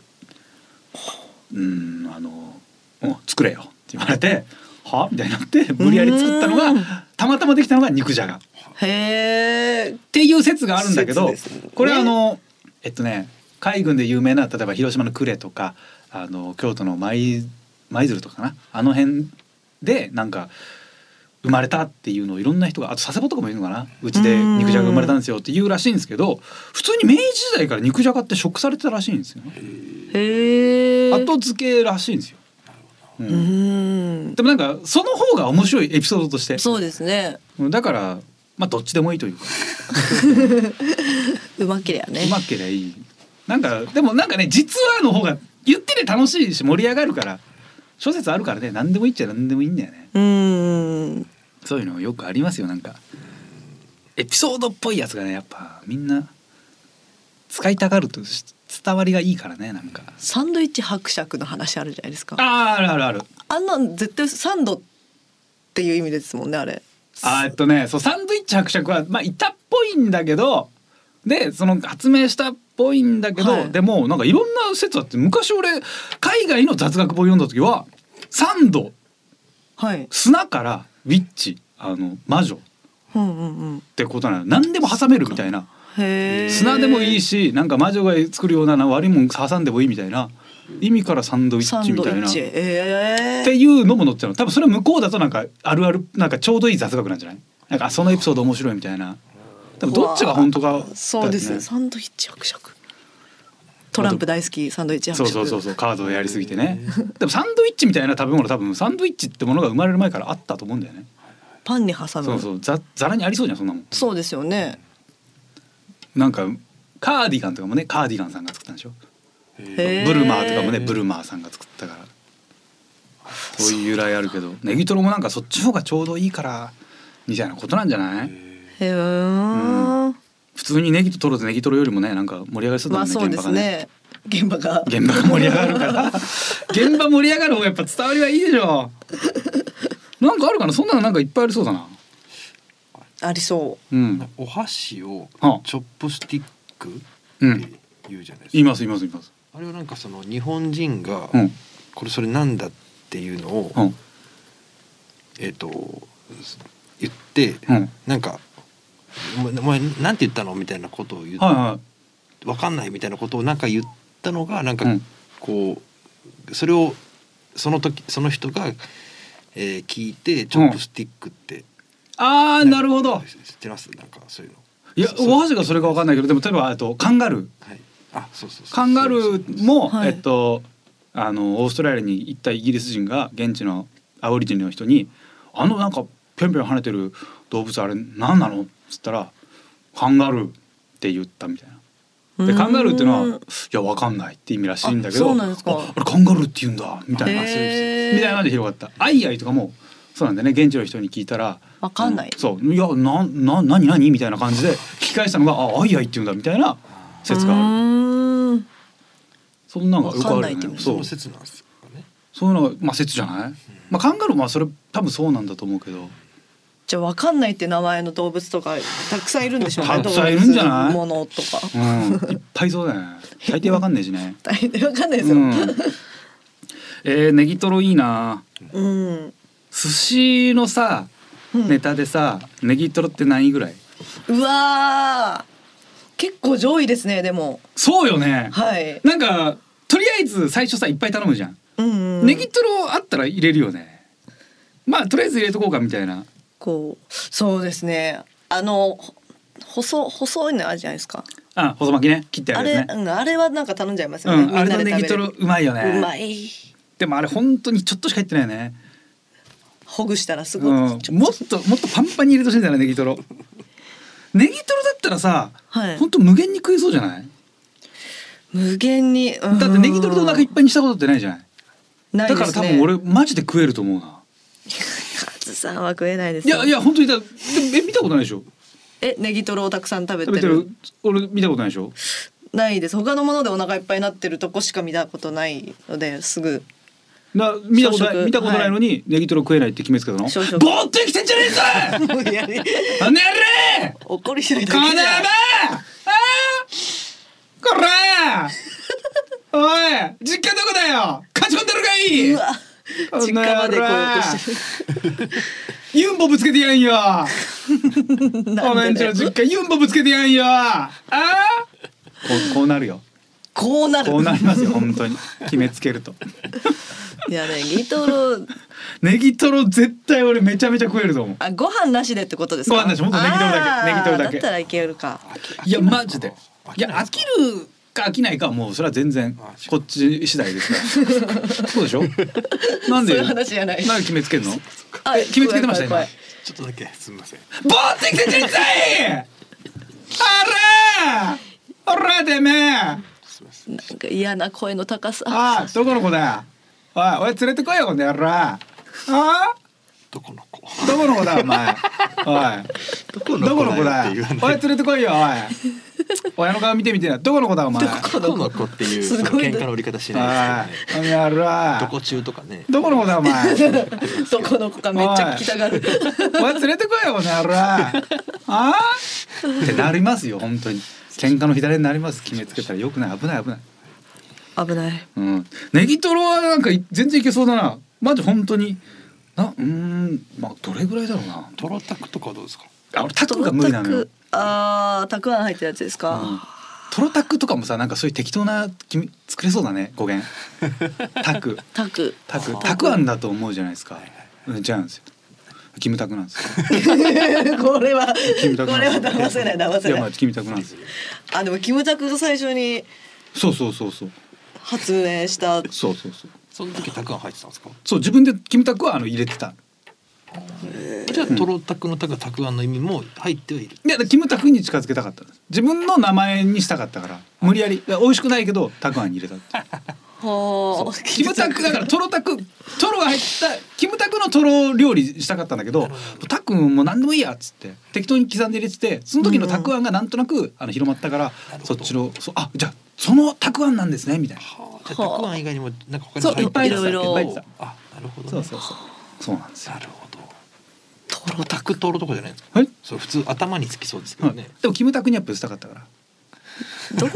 [SPEAKER 2] うんあのうん作れよって言われてはみたいになって無理やり作ったの
[SPEAKER 3] うーん
[SPEAKER 2] がたまたまできたのが肉じゃがっ
[SPEAKER 3] へえ。
[SPEAKER 2] ていう説があるんだけど、
[SPEAKER 3] 説ですね
[SPEAKER 2] これはあのえっとね海軍で有名な例えば広島の呉とかあの京都の舞舞鶴とかかなあの辺でなんか生まれたっていうのをいろんな人があと佐世保とかもいるのかなうちで肉じゃが生まれたんですよって言うらしいんですけど普通に明治時代から肉じゃがって食されてたらしいんですよね。
[SPEAKER 3] へえ。
[SPEAKER 2] 後付けらしいんですよ。う
[SPEAKER 3] うー
[SPEAKER 2] ん
[SPEAKER 3] ん。
[SPEAKER 2] でもなんかその方が面白いエピソードとして
[SPEAKER 3] そうですね。
[SPEAKER 2] うんだからまあどっちでもいいというか
[SPEAKER 3] うまけりゃね
[SPEAKER 2] う。まけりゃいいなんかでもなんかね実はの方が言ってて楽しいし盛り上がるから諸説あるからね何でもいいっちゃ何でもいいんだよね
[SPEAKER 3] うーん。
[SPEAKER 2] そういうのよくありますよなんかエピソードっぽいやつがねやっぱみんな使いたがるとし伝わりがいいからねなんか
[SPEAKER 3] サンドイッチ伯爵の話あるじゃないですか。あ
[SPEAKER 2] あーあるあるある
[SPEAKER 3] んなん絶対サンドっていう意味ですもんねあれ。
[SPEAKER 2] あーえっとねそうサンドイッチ伯爵はまあいたっぽいんだけどでその発明したっぽいんだけど、
[SPEAKER 3] はい
[SPEAKER 2] でもなんかいろんな説あって昔俺海外の雑学本読んだ時はサンド
[SPEAKER 3] はい。
[SPEAKER 2] 砂からウィッチあの魔女っ
[SPEAKER 3] うんうんうん。
[SPEAKER 2] てことなの何でも挟めるみたいな
[SPEAKER 3] へえ。
[SPEAKER 2] 砂でもいい。しなんか魔女が作るような悪いもん挟んでもいいみたいな意味からサンドイ
[SPEAKER 3] サ
[SPEAKER 2] ッチ
[SPEAKER 3] ン
[SPEAKER 2] み
[SPEAKER 3] ドイ
[SPEAKER 2] たい
[SPEAKER 3] ッ
[SPEAKER 2] な。
[SPEAKER 3] チ。
[SPEAKER 2] っ
[SPEAKER 3] え
[SPEAKER 2] て
[SPEAKER 3] え。
[SPEAKER 2] いうのも載ってたの多分それは向こうだとなんかあるあるなんかちょうどいい雑学なんじゃないなんかあそのエピソード面白いみたいな多分どっちが本当かだよね、
[SPEAKER 3] そうですね。サンドイッチ伯爵。トランプ大好きサンドイッチ
[SPEAKER 2] そ
[SPEAKER 3] 伯
[SPEAKER 2] う
[SPEAKER 3] 爵。
[SPEAKER 2] そうそうそうカードをやりすぎてねでもサンドイッチみたいな食べ物多分サンドイッチってものが生まれる前からあったと思うんだよね
[SPEAKER 3] パンに挟む。
[SPEAKER 2] そうそうざざらにありそうじゃんそんなもん
[SPEAKER 3] そうですよね。
[SPEAKER 2] なんかカーディガンとかもねカーディガンさんが作ったんでしょ
[SPEAKER 3] へえ
[SPEAKER 2] ブルマーとかもねブルマーさんが作ったからそういう由来あるけどネギトロもなんかそっちの方がちょうどいいからみたいなことなんじゃない
[SPEAKER 3] へえ。ま
[SPEAKER 2] 普通にネギとトロとネギトロよりもねなんか盛り上がりそうだも
[SPEAKER 3] あ
[SPEAKER 2] んね,、
[SPEAKER 3] そう
[SPEAKER 2] 現
[SPEAKER 3] で
[SPEAKER 2] 場
[SPEAKER 3] す
[SPEAKER 2] がね
[SPEAKER 3] ね。現場が。
[SPEAKER 2] 現場が盛り上がるから
[SPEAKER 3] <laughs>
[SPEAKER 2] 現場盛り上がる方がやっぱ伝わりはいいでしょなんかあるかなそんなのなんかいっぱいありそうだな
[SPEAKER 3] ありそ
[SPEAKER 2] うん
[SPEAKER 4] お箸を
[SPEAKER 2] はあ
[SPEAKER 4] チョップスティックって
[SPEAKER 2] うん
[SPEAKER 4] 言うじゃないですか、
[SPEAKER 2] いますいますいます
[SPEAKER 4] あれはなんかその日本人が
[SPEAKER 2] うん
[SPEAKER 4] これそれなんだっていうのを、
[SPEAKER 2] うん
[SPEAKER 4] えっ、と言って、
[SPEAKER 2] うん
[SPEAKER 4] なんか「お前お前なんて言ったの?」みたいなことを言っ
[SPEAKER 2] はいは
[SPEAKER 4] わかんないみたいなことをなんか言ったのがなんか
[SPEAKER 2] うん
[SPEAKER 4] こうそれをその時その人が、えー聞いてチョップスティックって、
[SPEAKER 2] いああなるほど
[SPEAKER 4] 知ってますなんかそういうの
[SPEAKER 2] いや
[SPEAKER 4] そう
[SPEAKER 2] お箸がそれかわかんないけどでも例えばあとカンガルー
[SPEAKER 4] はいあそうそうそう
[SPEAKER 2] カンガルーも、
[SPEAKER 3] はい
[SPEAKER 2] えっとあのオーストラリアに行ったイギリス人が現地のアオリジンの人に「あのなんかぴょんぴょん跳ねてる動物あれ何なの?」っつったら「カンガルー」って言ったみたいな。
[SPEAKER 3] う。
[SPEAKER 2] でカンガルーっていうのは「
[SPEAKER 3] う
[SPEAKER 2] い
[SPEAKER 3] ん
[SPEAKER 2] やわかんない」って意味らしいんだけ
[SPEAKER 3] あ
[SPEAKER 2] ど
[SPEAKER 3] そう
[SPEAKER 2] 「
[SPEAKER 3] なんですか
[SPEAKER 2] ああれカンガルーって言うんだ」みたいな、
[SPEAKER 3] へー
[SPEAKER 2] みたいなので広がった「アイアイ」とかもそうなんだよね現地の人に聞いたら「
[SPEAKER 3] わかんない
[SPEAKER 2] あのそういやなな何何?」みたいな感じで聞き返したのが「あアイアイって言うんだ」みたいな説がある。
[SPEAKER 3] うーん
[SPEAKER 2] そんなのがよくあ
[SPEAKER 3] わか
[SPEAKER 2] る
[SPEAKER 3] んない
[SPEAKER 2] よ
[SPEAKER 3] ってこ
[SPEAKER 2] ね。
[SPEAKER 3] と
[SPEAKER 2] そ
[SPEAKER 4] そうの、説なんですかね
[SPEAKER 2] そういうのがまあ説じゃない。まあカンガルーまあそれ多分そうなんだと思うけど。
[SPEAKER 3] じゃあわかんないって名前の動物とかたくさんいるんでしょうね。
[SPEAKER 2] <laughs> たくさんいるんじゃない
[SPEAKER 3] 動物ものとか。
[SPEAKER 2] うん、いっぱいそうだよね。大抵わかんないしね。
[SPEAKER 3] 大変でわかんないです
[SPEAKER 2] う
[SPEAKER 3] よ。
[SPEAKER 2] ん。えー、ネギトロいいな。
[SPEAKER 3] うん。
[SPEAKER 2] 寿司のさ
[SPEAKER 3] うん
[SPEAKER 2] ネタでさ、ネギトロって何位ぐらいう
[SPEAKER 3] わー。結構上位ですねでも。
[SPEAKER 2] そうよね、
[SPEAKER 3] はい。
[SPEAKER 2] なんかとりあえず最初さいっぱい頼むじゃん、
[SPEAKER 3] うん、
[SPEAKER 2] ネギトロあったら入れるよねまあとりあえず入れとこうかみたいな
[SPEAKER 3] こうそうですね。あのほ細細いのあるじゃないですか。
[SPEAKER 2] あ細巻きね切ってあ
[SPEAKER 3] あ
[SPEAKER 2] る
[SPEAKER 3] れ、
[SPEAKER 2] やつ
[SPEAKER 3] う
[SPEAKER 2] ね
[SPEAKER 3] ん、あれはなんか頼んじゃいます
[SPEAKER 2] う
[SPEAKER 3] よね。
[SPEAKER 2] ん、あれの
[SPEAKER 3] みん
[SPEAKER 2] ネ
[SPEAKER 3] なで
[SPEAKER 2] ギト
[SPEAKER 3] 食
[SPEAKER 2] ロ
[SPEAKER 3] べる
[SPEAKER 2] うまいよね
[SPEAKER 3] うまい。
[SPEAKER 2] でもあれ本当にちょっとしか入ってないよね。
[SPEAKER 3] ほぐしたらす
[SPEAKER 2] う
[SPEAKER 3] ご
[SPEAKER 2] ん
[SPEAKER 3] い。、
[SPEAKER 2] もっともっとパンパンに入れてほしいんだよねネギトロ。ネギトロだったらさ、
[SPEAKER 3] はい
[SPEAKER 2] 本当無限に食えそうじゃない
[SPEAKER 3] 無限にだ
[SPEAKER 2] だってネギトロでお腹いっぱいにしたことってないじゃない
[SPEAKER 3] な
[SPEAKER 2] だ
[SPEAKER 3] い
[SPEAKER 2] か
[SPEAKER 3] で
[SPEAKER 2] ら
[SPEAKER 3] す
[SPEAKER 2] 多
[SPEAKER 3] ね
[SPEAKER 2] 分俺マジで食えると思うな
[SPEAKER 3] カズさんは食えないです
[SPEAKER 2] い
[SPEAKER 3] よ
[SPEAKER 2] やいや本当にだでもえ見たことないでしょ
[SPEAKER 3] えネギトロをたくさん食べて
[SPEAKER 2] 食
[SPEAKER 3] る
[SPEAKER 2] べてる俺見たことないでしょ
[SPEAKER 3] ないです他のものでお腹いっぱいになってるとこしか見たことないのですぐ <laughs>
[SPEAKER 2] な見たことな
[SPEAKER 3] 小
[SPEAKER 2] い
[SPEAKER 3] 食
[SPEAKER 2] 見たことないのに、ネギトロ食えないって決めつけたの
[SPEAKER 3] 小食
[SPEAKER 2] ぼーっと生きてんじゃねえ
[SPEAKER 3] <laughs>
[SPEAKER 2] ぞあねれ
[SPEAKER 3] 怒りしない
[SPEAKER 2] この野郎あーこ
[SPEAKER 3] <laughs>
[SPEAKER 2] らーおい実家どこだよ勝ち込んでるかいう
[SPEAKER 3] わ実家まで来ようとして
[SPEAKER 2] ユンボぶつけてやんよ
[SPEAKER 3] る
[SPEAKER 2] お
[SPEAKER 3] な
[SPEAKER 2] 前
[SPEAKER 3] ん
[SPEAKER 2] んち
[SPEAKER 3] で
[SPEAKER 2] の
[SPEAKER 3] だよ
[SPEAKER 2] 実家ユンボぶつけてやんよあーこうこうなるよ
[SPEAKER 3] こうなる
[SPEAKER 2] こうなりますよ本当に決めつけると
[SPEAKER 3] いやネギトロ
[SPEAKER 2] ネギトロ絶対俺めちゃめちゃ食えると思う
[SPEAKER 3] あご飯なしでってことですか
[SPEAKER 2] ご飯なしもっとネギトロだけ
[SPEAKER 3] あー
[SPEAKER 2] ネギトロだけ
[SPEAKER 3] ったらいけるか
[SPEAKER 2] いやマジでいや飽きるか飽きないかはもうそれは全然
[SPEAKER 4] あ違う
[SPEAKER 2] こっち次第ですからそうでしょなんで
[SPEAKER 3] そういう話じゃない
[SPEAKER 2] んで決めつけるの
[SPEAKER 3] あ
[SPEAKER 2] え決めつけてました今
[SPEAKER 3] 怖い怖い
[SPEAKER 4] ちょっとだけすみません。
[SPEAKER 2] ボーってきて人生あらあらてめえ
[SPEAKER 4] すみません。
[SPEAKER 3] なんか嫌な声の高さ
[SPEAKER 2] あどこの子だおいおい連れてこいよこの野郎ああ
[SPEAKER 4] どこの子？
[SPEAKER 2] どこの子だお前おい
[SPEAKER 4] どこ
[SPEAKER 2] どこの子だ
[SPEAKER 4] って言
[SPEAKER 2] よ
[SPEAKER 4] わない。
[SPEAKER 2] おい連れてこいよおい親の顔見てみてえなどこの子だお前
[SPEAKER 4] どこの子っていう
[SPEAKER 3] す
[SPEAKER 4] その
[SPEAKER 3] ごいね
[SPEAKER 4] 喧嘩の売り方し
[SPEAKER 2] おい
[SPEAKER 4] ないですよね。
[SPEAKER 2] お前あら
[SPEAKER 4] どこ中とかね。
[SPEAKER 2] どこの子だお
[SPEAKER 3] <laughs>
[SPEAKER 2] 前
[SPEAKER 3] どこの子かめっちゃ聞きたがる
[SPEAKER 2] お前連れてこいよこの野郎ああってなりますよ本当に喧嘩の左になります決めつけたらよくない危ない危ない
[SPEAKER 3] 危ない
[SPEAKER 2] うんネギトロはなんかい全然いけそうだなまず本当になうーんまあどれぐらいだろうな
[SPEAKER 4] トロタクとかはどうですか？
[SPEAKER 2] あ俺タクが無理なのよ
[SPEAKER 3] ああーたくあん入ったやつですか、
[SPEAKER 2] うんトロタクとかもさなんかそういう適当な決め作れそうだね語源タク
[SPEAKER 3] たく
[SPEAKER 2] タク
[SPEAKER 4] あー
[SPEAKER 2] タクあんだと思うじゃないですかうんじゃあなんですよキムタクなんですよ
[SPEAKER 3] <laughs> これはこ
[SPEAKER 2] キ
[SPEAKER 3] れ
[SPEAKER 2] ムタクなん
[SPEAKER 3] は
[SPEAKER 2] ですよ
[SPEAKER 3] 騙せない騙せ
[SPEAKER 2] や
[SPEAKER 3] な
[SPEAKER 2] まあ
[SPEAKER 3] い
[SPEAKER 2] キムタクなんですよ
[SPEAKER 3] あでもキムタクが最初に
[SPEAKER 2] そうそうそうそう
[SPEAKER 3] 発明し
[SPEAKER 2] そ
[SPEAKER 3] た
[SPEAKER 2] うそうそう
[SPEAKER 4] その時タクアン入ってたんですか？
[SPEAKER 2] そう自分でキムタクはあの入れてた
[SPEAKER 4] じゃあトロタクのタクはタクアンの意味も入ってはいる。
[SPEAKER 2] いやキムタクに近づけたかったんです自分の名前にしたかったから無理やりいや美味しくないけどタクアンに入れたっていう
[SPEAKER 3] はあ
[SPEAKER 2] キムタクだからトロタクトロが入ったキムタクのトロ料理したかったんだけどタクンもう何でもいいやっつって適当に刻んで入れててその時のタクアンがなんとなくあの広まったから
[SPEAKER 4] なるほ
[SPEAKER 2] そっ
[SPEAKER 4] ど
[SPEAKER 2] ちのそうあじゃあそのタクアンなんですねみたいな
[SPEAKER 4] はあ。じゃあタクアン以外にもなんか他に
[SPEAKER 3] そ
[SPEAKER 4] も
[SPEAKER 3] う
[SPEAKER 4] 入ってた
[SPEAKER 2] いっぱいいろいろ
[SPEAKER 4] いっぱい入ってたあ、なるほどね。
[SPEAKER 2] そうそうそうそうなんですよ
[SPEAKER 4] なるほど。トロタクトロとかじゃないんですか？
[SPEAKER 2] はい、
[SPEAKER 4] そう普通頭につきそうですけ
[SPEAKER 2] は
[SPEAKER 4] ど
[SPEAKER 2] い
[SPEAKER 4] ね。
[SPEAKER 2] でもキムタクにやっぱしたかったから
[SPEAKER 3] ど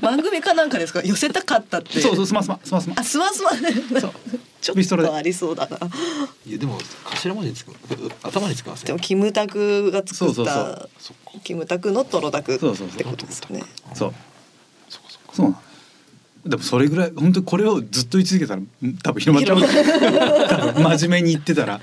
[SPEAKER 3] 番組かなんかですか寄せたかったって
[SPEAKER 2] そうそううスマスマスマスマ
[SPEAKER 3] あすまんすまん
[SPEAKER 2] そう
[SPEAKER 3] <laughs> ちょ
[SPEAKER 2] ビスト
[SPEAKER 3] っ
[SPEAKER 2] ロで
[SPEAKER 3] とありそうだない
[SPEAKER 4] やでも頭文字つく頭につきません。
[SPEAKER 3] でもキムタクが作
[SPEAKER 2] そうそ
[SPEAKER 3] っ
[SPEAKER 2] うそ
[SPEAKER 3] た
[SPEAKER 2] う
[SPEAKER 4] そっか。
[SPEAKER 3] キムタクのトロタクって
[SPEAKER 2] そうそうそう
[SPEAKER 3] ことですね
[SPEAKER 2] そう
[SPEAKER 4] そっかそっか。
[SPEAKER 2] そうなのでもそれぐらい本当にこれをずっと言い続けたらん多分広まっちゃう <laughs> 多分真面目に言ってたら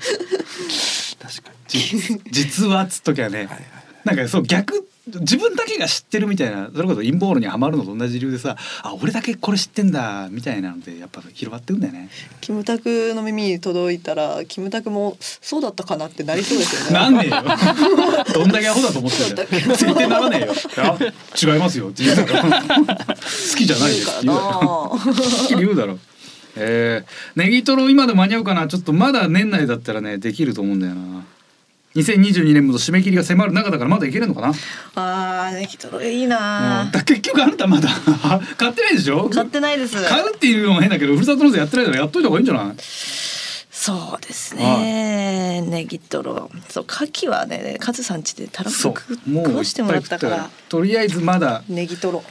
[SPEAKER 4] 確かに。
[SPEAKER 2] じ実はっつっときゃね
[SPEAKER 4] はいはい
[SPEAKER 2] なんかそう逆自分だけが知ってるみたいなそれこそ陰謀論にはまるのと同じ理由でさあ俺だけこれ知ってんだみたいなのでやっぱ広がってくんだよ <laughs> ね。
[SPEAKER 3] キムタクの耳に届いたらキムタクもそうだったかなってなりそうですよ
[SPEAKER 2] <laughs>
[SPEAKER 3] ね
[SPEAKER 2] なんねえよどんだけアホだと思ってん <laughs> だよ絶対ならねえよいや違いますよって言うだ <laughs> ろ好きじゃないですって言うだろ
[SPEAKER 3] な
[SPEAKER 2] はっきり言うだろ。えー、ネギトロ今で間に合うかなちょっとまだ年内だったらねできると思うんだよな2022年も締め切りが迫る中だからまだいけるのかな、
[SPEAKER 3] あーネギトロいい
[SPEAKER 2] うん
[SPEAKER 3] な
[SPEAKER 2] だ結局あなたまだ <laughs> 買ってないでしょ
[SPEAKER 3] 買ってないです
[SPEAKER 2] 買うっていうのも変だけどふるさと納税やってないからやっといた方がいいんじゃない
[SPEAKER 3] そうですねネギトロそう牡蠣はねカズさんちでたらふく食わしてもらったか
[SPEAKER 2] いっぱい
[SPEAKER 3] ら
[SPEAKER 2] 食ったとりあえずまだ
[SPEAKER 3] ネギトロ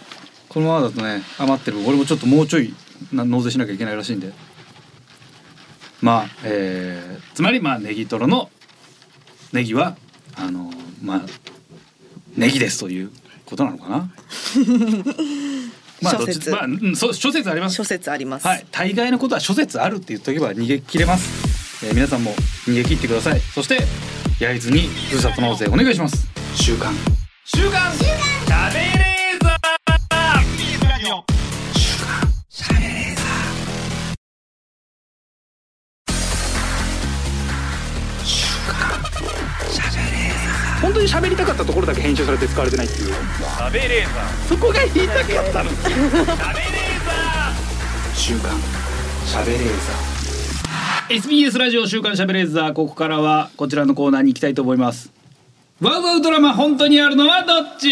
[SPEAKER 2] このままだとね余ってる俺もちょっともうちょいな納税しなきゃいけないらしいんでまあ、えーつまりまあネギトロのネギはあのまあネギですということなの
[SPEAKER 3] <laughs>
[SPEAKER 2] かなまあどっ
[SPEAKER 3] 諸
[SPEAKER 2] ち
[SPEAKER 3] 説
[SPEAKER 2] まあ、うん、そう諸説あります
[SPEAKER 3] 諸説あります、
[SPEAKER 2] はい、大概のことは諸説あるって言っとけば逃げ切れます、えー皆さんも逃げ切ってくださいそして焼津にふるさと納税お願いします週刊週刊週刊べれーザー週刊しゃべれーザー週刊しゃべれーザー
[SPEAKER 1] 本当に喋りたかったところだけ編集されて使われてないっていう
[SPEAKER 2] 喋れーさ
[SPEAKER 1] そこが言いたかったの
[SPEAKER 2] 喋れー
[SPEAKER 1] 週刊喋れーさ
[SPEAKER 2] SBS ラジオ週刊しゃべれーザーここからはこちらのコーナーに行きたいと思いますワウワウドラマ本当にあるのはどっち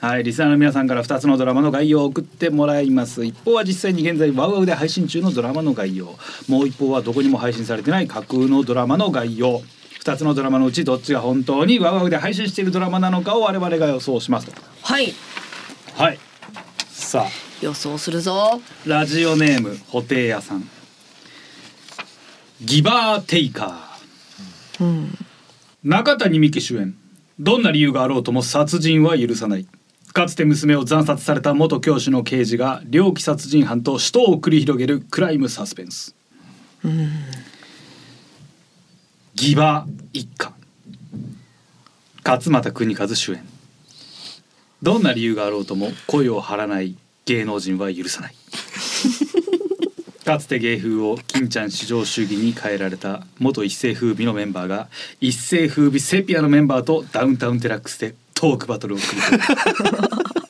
[SPEAKER 2] はいリスナーの皆さんから2つのドラマの概要を送ってもらいます一方は実際に現在ワウワウで配信中のドラマの概要もう一方はどこにも配信されてない架空のドラマの概要2つのドラマのうちどっちが本当にワウワウで配信しているドラマなのかを我々が予想しますと
[SPEAKER 3] はい
[SPEAKER 2] はいさあ
[SPEAKER 3] 予想するぞ
[SPEAKER 2] ラジオネーム布袋屋さんギバーテイカ
[SPEAKER 3] うん
[SPEAKER 2] ー中谷美紀主演どんな理由があろうとも殺人は許さないかつて娘を惨殺された元教師の刑事が猟奇殺人犯と死闘を繰り広げるクライムサスペンスギバー一家勝俣邦和主演どんな理由があろうとも声を張らない芸能人は許さないかつて芸風を金ちゃん至上主義に変えられた元一世風靡のメンバーが一世風靡セピアのメンバーとダウンタウンデラックスでトークバトルを繰り広げる <laughs>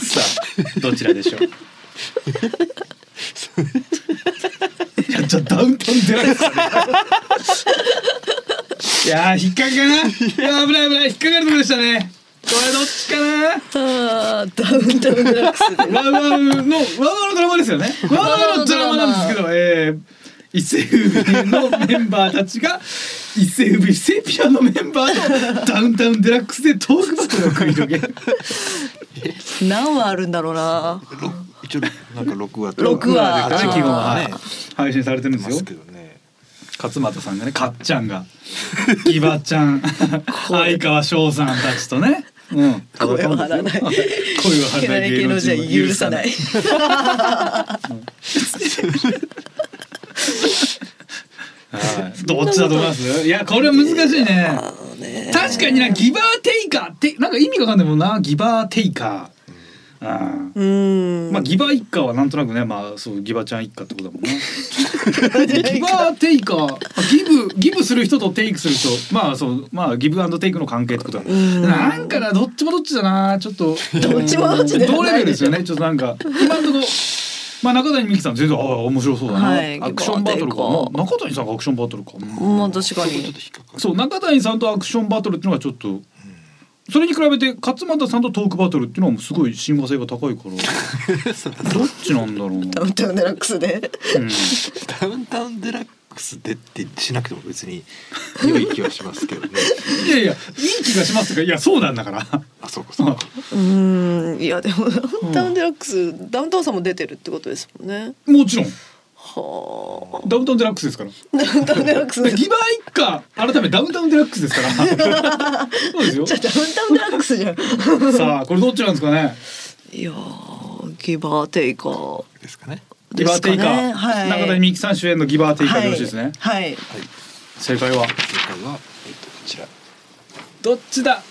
[SPEAKER 2] さあどちらでしょう <laughs> いやじゃあダウンタウンデラックスだねいやー引っ掛けかないやー危ない危ない引っ掛かるとこでしたねこれどっちかな
[SPEAKER 3] あーダウンタウンデラックスで
[SPEAKER 2] ワウワウのワウワウのドラマですよね。ワウワウのドラマなんですけど、えー、一世風靡のメンバーたちが一世風靡セピアのメンバーとダウンタウンデラックスでトークバトルを繰り広げる。
[SPEAKER 3] 何話あるんだろうな
[SPEAKER 4] ろ一応なんか六話とか
[SPEAKER 3] 六話
[SPEAKER 2] あっちに記号が
[SPEAKER 4] ね
[SPEAKER 2] 配信されてるん
[SPEAKER 4] 出
[SPEAKER 2] で
[SPEAKER 4] ます
[SPEAKER 2] よ
[SPEAKER 4] す。けどね。
[SPEAKER 2] 勝俣さんがね、かっちゃんが、ギバちゃん、相川翔さんたちとね。うん、
[SPEAKER 3] 声を張らない
[SPEAKER 2] 声を張らない
[SPEAKER 3] 嫌い
[SPEAKER 2] 芸
[SPEAKER 3] な
[SPEAKER 2] 能人
[SPEAKER 3] 芸能人
[SPEAKER 2] は <laughs>
[SPEAKER 3] は許さない。
[SPEAKER 2] はいどっちだと思いますいやこれは難しいね確かになギバーテイカーってなんか意味がわかんないもんなギバーテイカー、うん
[SPEAKER 3] うーん
[SPEAKER 2] まあギバー一家はなんとなくねまあそうギバちゃん一家ってことだもんねギバーテイカーあギブギブする人とテイクする人まあそうまあギブアンドテイクの関係ってことだ
[SPEAKER 3] ん
[SPEAKER 2] なんかなどっちもどっちだなちょっと
[SPEAKER 3] どっちもどっちではない
[SPEAKER 2] 同レベルですよねちょっとなんか今んとこまあ中谷美紀さん全然ああ面白そうだな、
[SPEAKER 3] はい
[SPEAKER 2] アクションバトルか
[SPEAKER 3] ギバーテイカー
[SPEAKER 2] な中谷さんがアクションバトルか、
[SPEAKER 3] まあ確か
[SPEAKER 4] ちょ
[SPEAKER 3] に
[SPEAKER 4] っと引っかかる。
[SPEAKER 2] そう中谷さんとアクションバトルっていうのがちょっと、それに比べて勝俣さんとトークバトルっていうのはもうすごい親和性が高いからどっちなんだろう
[SPEAKER 3] ダ
[SPEAKER 2] な、
[SPEAKER 3] ウンタウンデラックスで
[SPEAKER 2] うん
[SPEAKER 4] ダウンタウンデラックスでってしなくても別に良い気はしますけどね。
[SPEAKER 2] いやいやいい気がしますがいやそうなんだから
[SPEAKER 4] あそうかそうか。
[SPEAKER 3] <laughs> うーんいやでもダウンタウンデラックス、ダウンタウンさんも出てるってことですもんね
[SPEAKER 2] <laughs> もちろん
[SPEAKER 3] は
[SPEAKER 2] ダウンタウンデラックスですから
[SPEAKER 3] あダウンタウンデラックスじゃ
[SPEAKER 2] ギバー一家改めダウンタウンデラックスですからそうですよ
[SPEAKER 3] あダウンタウンデラックスじゃん
[SPEAKER 2] さあこれどっちなんですかね
[SPEAKER 3] いやーギバーテイカー
[SPEAKER 4] ですかね。
[SPEAKER 2] ギバーテイカー、
[SPEAKER 3] ですかねはい
[SPEAKER 2] 中谷美紀さん主演のギバーテイカーでよろしいですね、
[SPEAKER 3] はい、はい
[SPEAKER 4] はい。
[SPEAKER 2] 正解は
[SPEAKER 4] 正解はえっとこちら。
[SPEAKER 2] どっちだ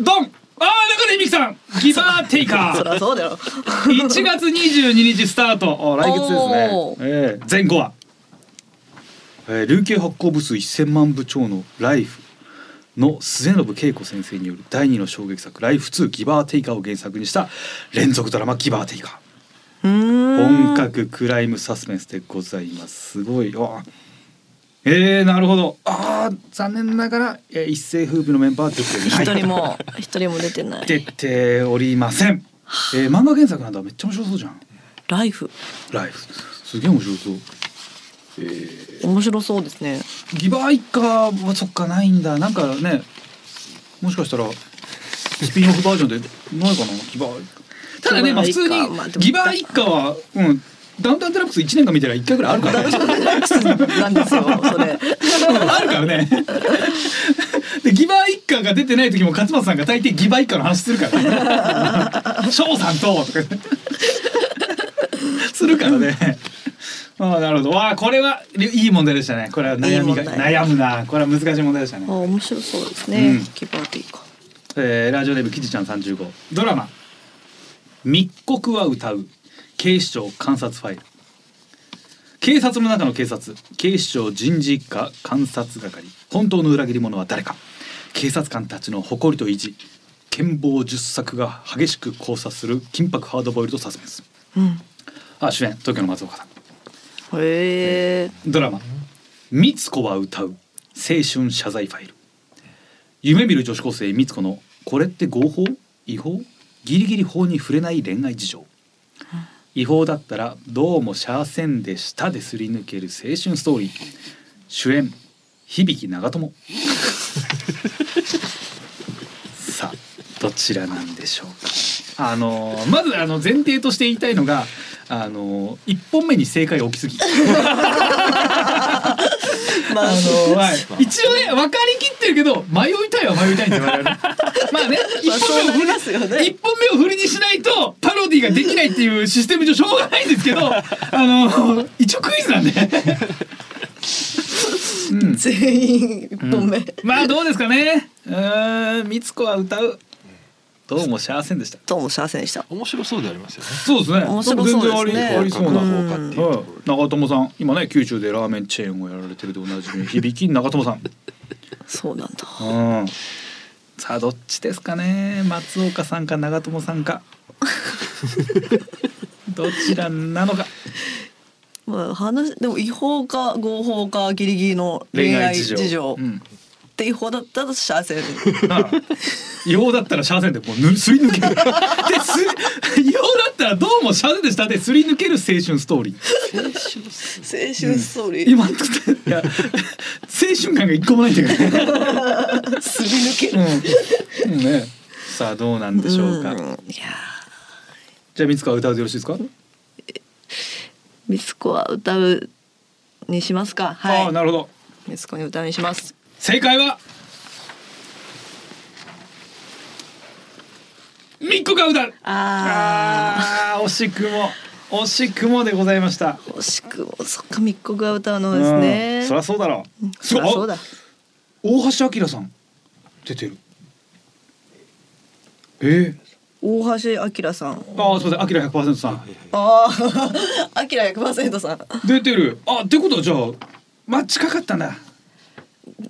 [SPEAKER 2] ドンああ中谷美紀さんギバーテイカ
[SPEAKER 3] そ
[SPEAKER 2] ー <laughs>
[SPEAKER 3] りゃそうだよ
[SPEAKER 2] 1月22日スタートあ来月ですね
[SPEAKER 3] おー、
[SPEAKER 2] ええ前後は、えー累計発行部数1000万部超の「ライフの末延恵子先生による第二の衝撃作「ライフ2ギバーテイカー」を原作にした連続ドラマ「ギバーテイカ
[SPEAKER 3] う
[SPEAKER 2] ー」
[SPEAKER 3] ーん
[SPEAKER 2] 本格クライムサスペンスでございますすごいわえー、なるほどあー残念ながら、えー一世風靡のメンバーは出てない
[SPEAKER 3] 一人も一人も出てない
[SPEAKER 2] 出ておりません、えー、漫画原作なんだめっちゃ面白そうじゃん
[SPEAKER 3] ライフ
[SPEAKER 2] ライフすげえ面白そう
[SPEAKER 3] 面白そうですね
[SPEAKER 2] ギバー一家はそっかないんだなんかねもしかしたらスピンオフバージョンでないかなギバー一家ただねまあ普通に
[SPEAKER 3] ギバー一家まあでも
[SPEAKER 2] ギバー一家はうんダウンタウンデラックス1年間見たら1回ぐらいある <laughs> からね
[SPEAKER 3] なんですよそれ
[SPEAKER 2] うんあるからねでギバー一家が出てない時も勝俣さんが大抵ギバー一家の話するからね翔さんととかねするからねああなるほどわあこれはいい問題でしたねこれは悩みが
[SPEAKER 3] いい問題
[SPEAKER 2] 悩むなこれは難しい問題でしたね
[SPEAKER 3] あ面白そうです
[SPEAKER 2] う
[SPEAKER 3] ね
[SPEAKER 2] ん
[SPEAKER 3] ギバーテイカー
[SPEAKER 2] えーラジオネームキジちゃん35ドラマ「密告は歌う警視庁監察ファイル」警察の中の警察警視庁人事一課監察係本当の裏切り者は誰か警察官たちの誇りと意地剣謀術作が激しく交差する緊迫ハードボイルドサスペンス
[SPEAKER 3] うん。
[SPEAKER 2] あ主演東京の松岡さん
[SPEAKER 3] へえ。
[SPEAKER 2] ドラマ「みつこは歌う青春謝罪ファイル」夢見る女子高生みつこのこれって合法違法ギリギリ法に触れない恋愛事情違法だったらどうもシャーセンで舌ですり抜ける青春ストーリー主演響長友 <laughs> さあどちらなんでしょうかあのまずあの前提として言いたいのがあの一本目に正解が起きすぎ
[SPEAKER 3] まあ
[SPEAKER 2] あ
[SPEAKER 3] あ
[SPEAKER 2] の
[SPEAKER 3] の、
[SPEAKER 2] はい一応ね分かりきってるけど迷いたいは迷いたいん <laughs> で我々まあね一本
[SPEAKER 3] そう
[SPEAKER 2] 目を振
[SPEAKER 3] なり
[SPEAKER 2] り
[SPEAKER 3] ますよね
[SPEAKER 2] 一。本目を振りにしないとパロディができないっていうシステム上しょうがないんですけどあの一応クイズなんでうん
[SPEAKER 3] 全員一本目。
[SPEAKER 2] まあどうですかねうーんみつこは歌うどうも幸せんでした
[SPEAKER 3] どうも幸せでした。
[SPEAKER 4] 面白そうでありますよね。
[SPEAKER 2] そうですね
[SPEAKER 3] 面白そうです
[SPEAKER 2] 全
[SPEAKER 3] ね
[SPEAKER 2] 然ありありそうな、
[SPEAKER 3] うん
[SPEAKER 4] 効果っていうと
[SPEAKER 2] は
[SPEAKER 4] ころ
[SPEAKER 2] い、長友さん今ね九州でラーメンチェーンをやられてるでおなじみ響き長友さん
[SPEAKER 3] そうなんだ。
[SPEAKER 2] うん。さあどっちですかね松岡さんか長友さん <laughs> かどちらなのか
[SPEAKER 3] まあ話でも違法か合法かギリギリの
[SPEAKER 2] 恋
[SPEAKER 3] 恋
[SPEAKER 2] 愛
[SPEAKER 3] 愛
[SPEAKER 2] 事情
[SPEAKER 3] 事情
[SPEAKER 2] うん、
[SPEAKER 3] で違法だったら幸せ。
[SPEAKER 2] ああ違法だったらシャーセンでもうぬすり抜 <laughs> けるです違法だったらどうもシャーセンでしたですり抜ける青春ストーリー
[SPEAKER 3] 青春ストーリー。
[SPEAKER 2] 今のいや青春感が一個もないんだけどね
[SPEAKER 3] すり抜ける。
[SPEAKER 2] うん、うんねさあどうなんでしょうか、
[SPEAKER 3] んいや
[SPEAKER 2] じゃあ三つ子は歌うでよろしいですか、
[SPEAKER 3] ー、ミスコは歌うにしますか。
[SPEAKER 2] ああ
[SPEAKER 3] は
[SPEAKER 2] なるほど
[SPEAKER 3] い。ミスコに歌うにします。
[SPEAKER 2] 正解はミッコが歌う
[SPEAKER 3] あ
[SPEAKER 2] あー惜しくも惜しくもでございました
[SPEAKER 3] あ、惜しくもそっか密告が歌うのですね。
[SPEAKER 2] うんそりゃそうだろう
[SPEAKER 3] そりゃそうだ。
[SPEAKER 2] 大橋明さん出てるえ
[SPEAKER 3] 大橋明さん。
[SPEAKER 2] ー、あーすいません明100%さん
[SPEAKER 3] あ <laughs> あ、明百パーセントさん。
[SPEAKER 2] 出てるあってことはじゃあまあ近かったんだ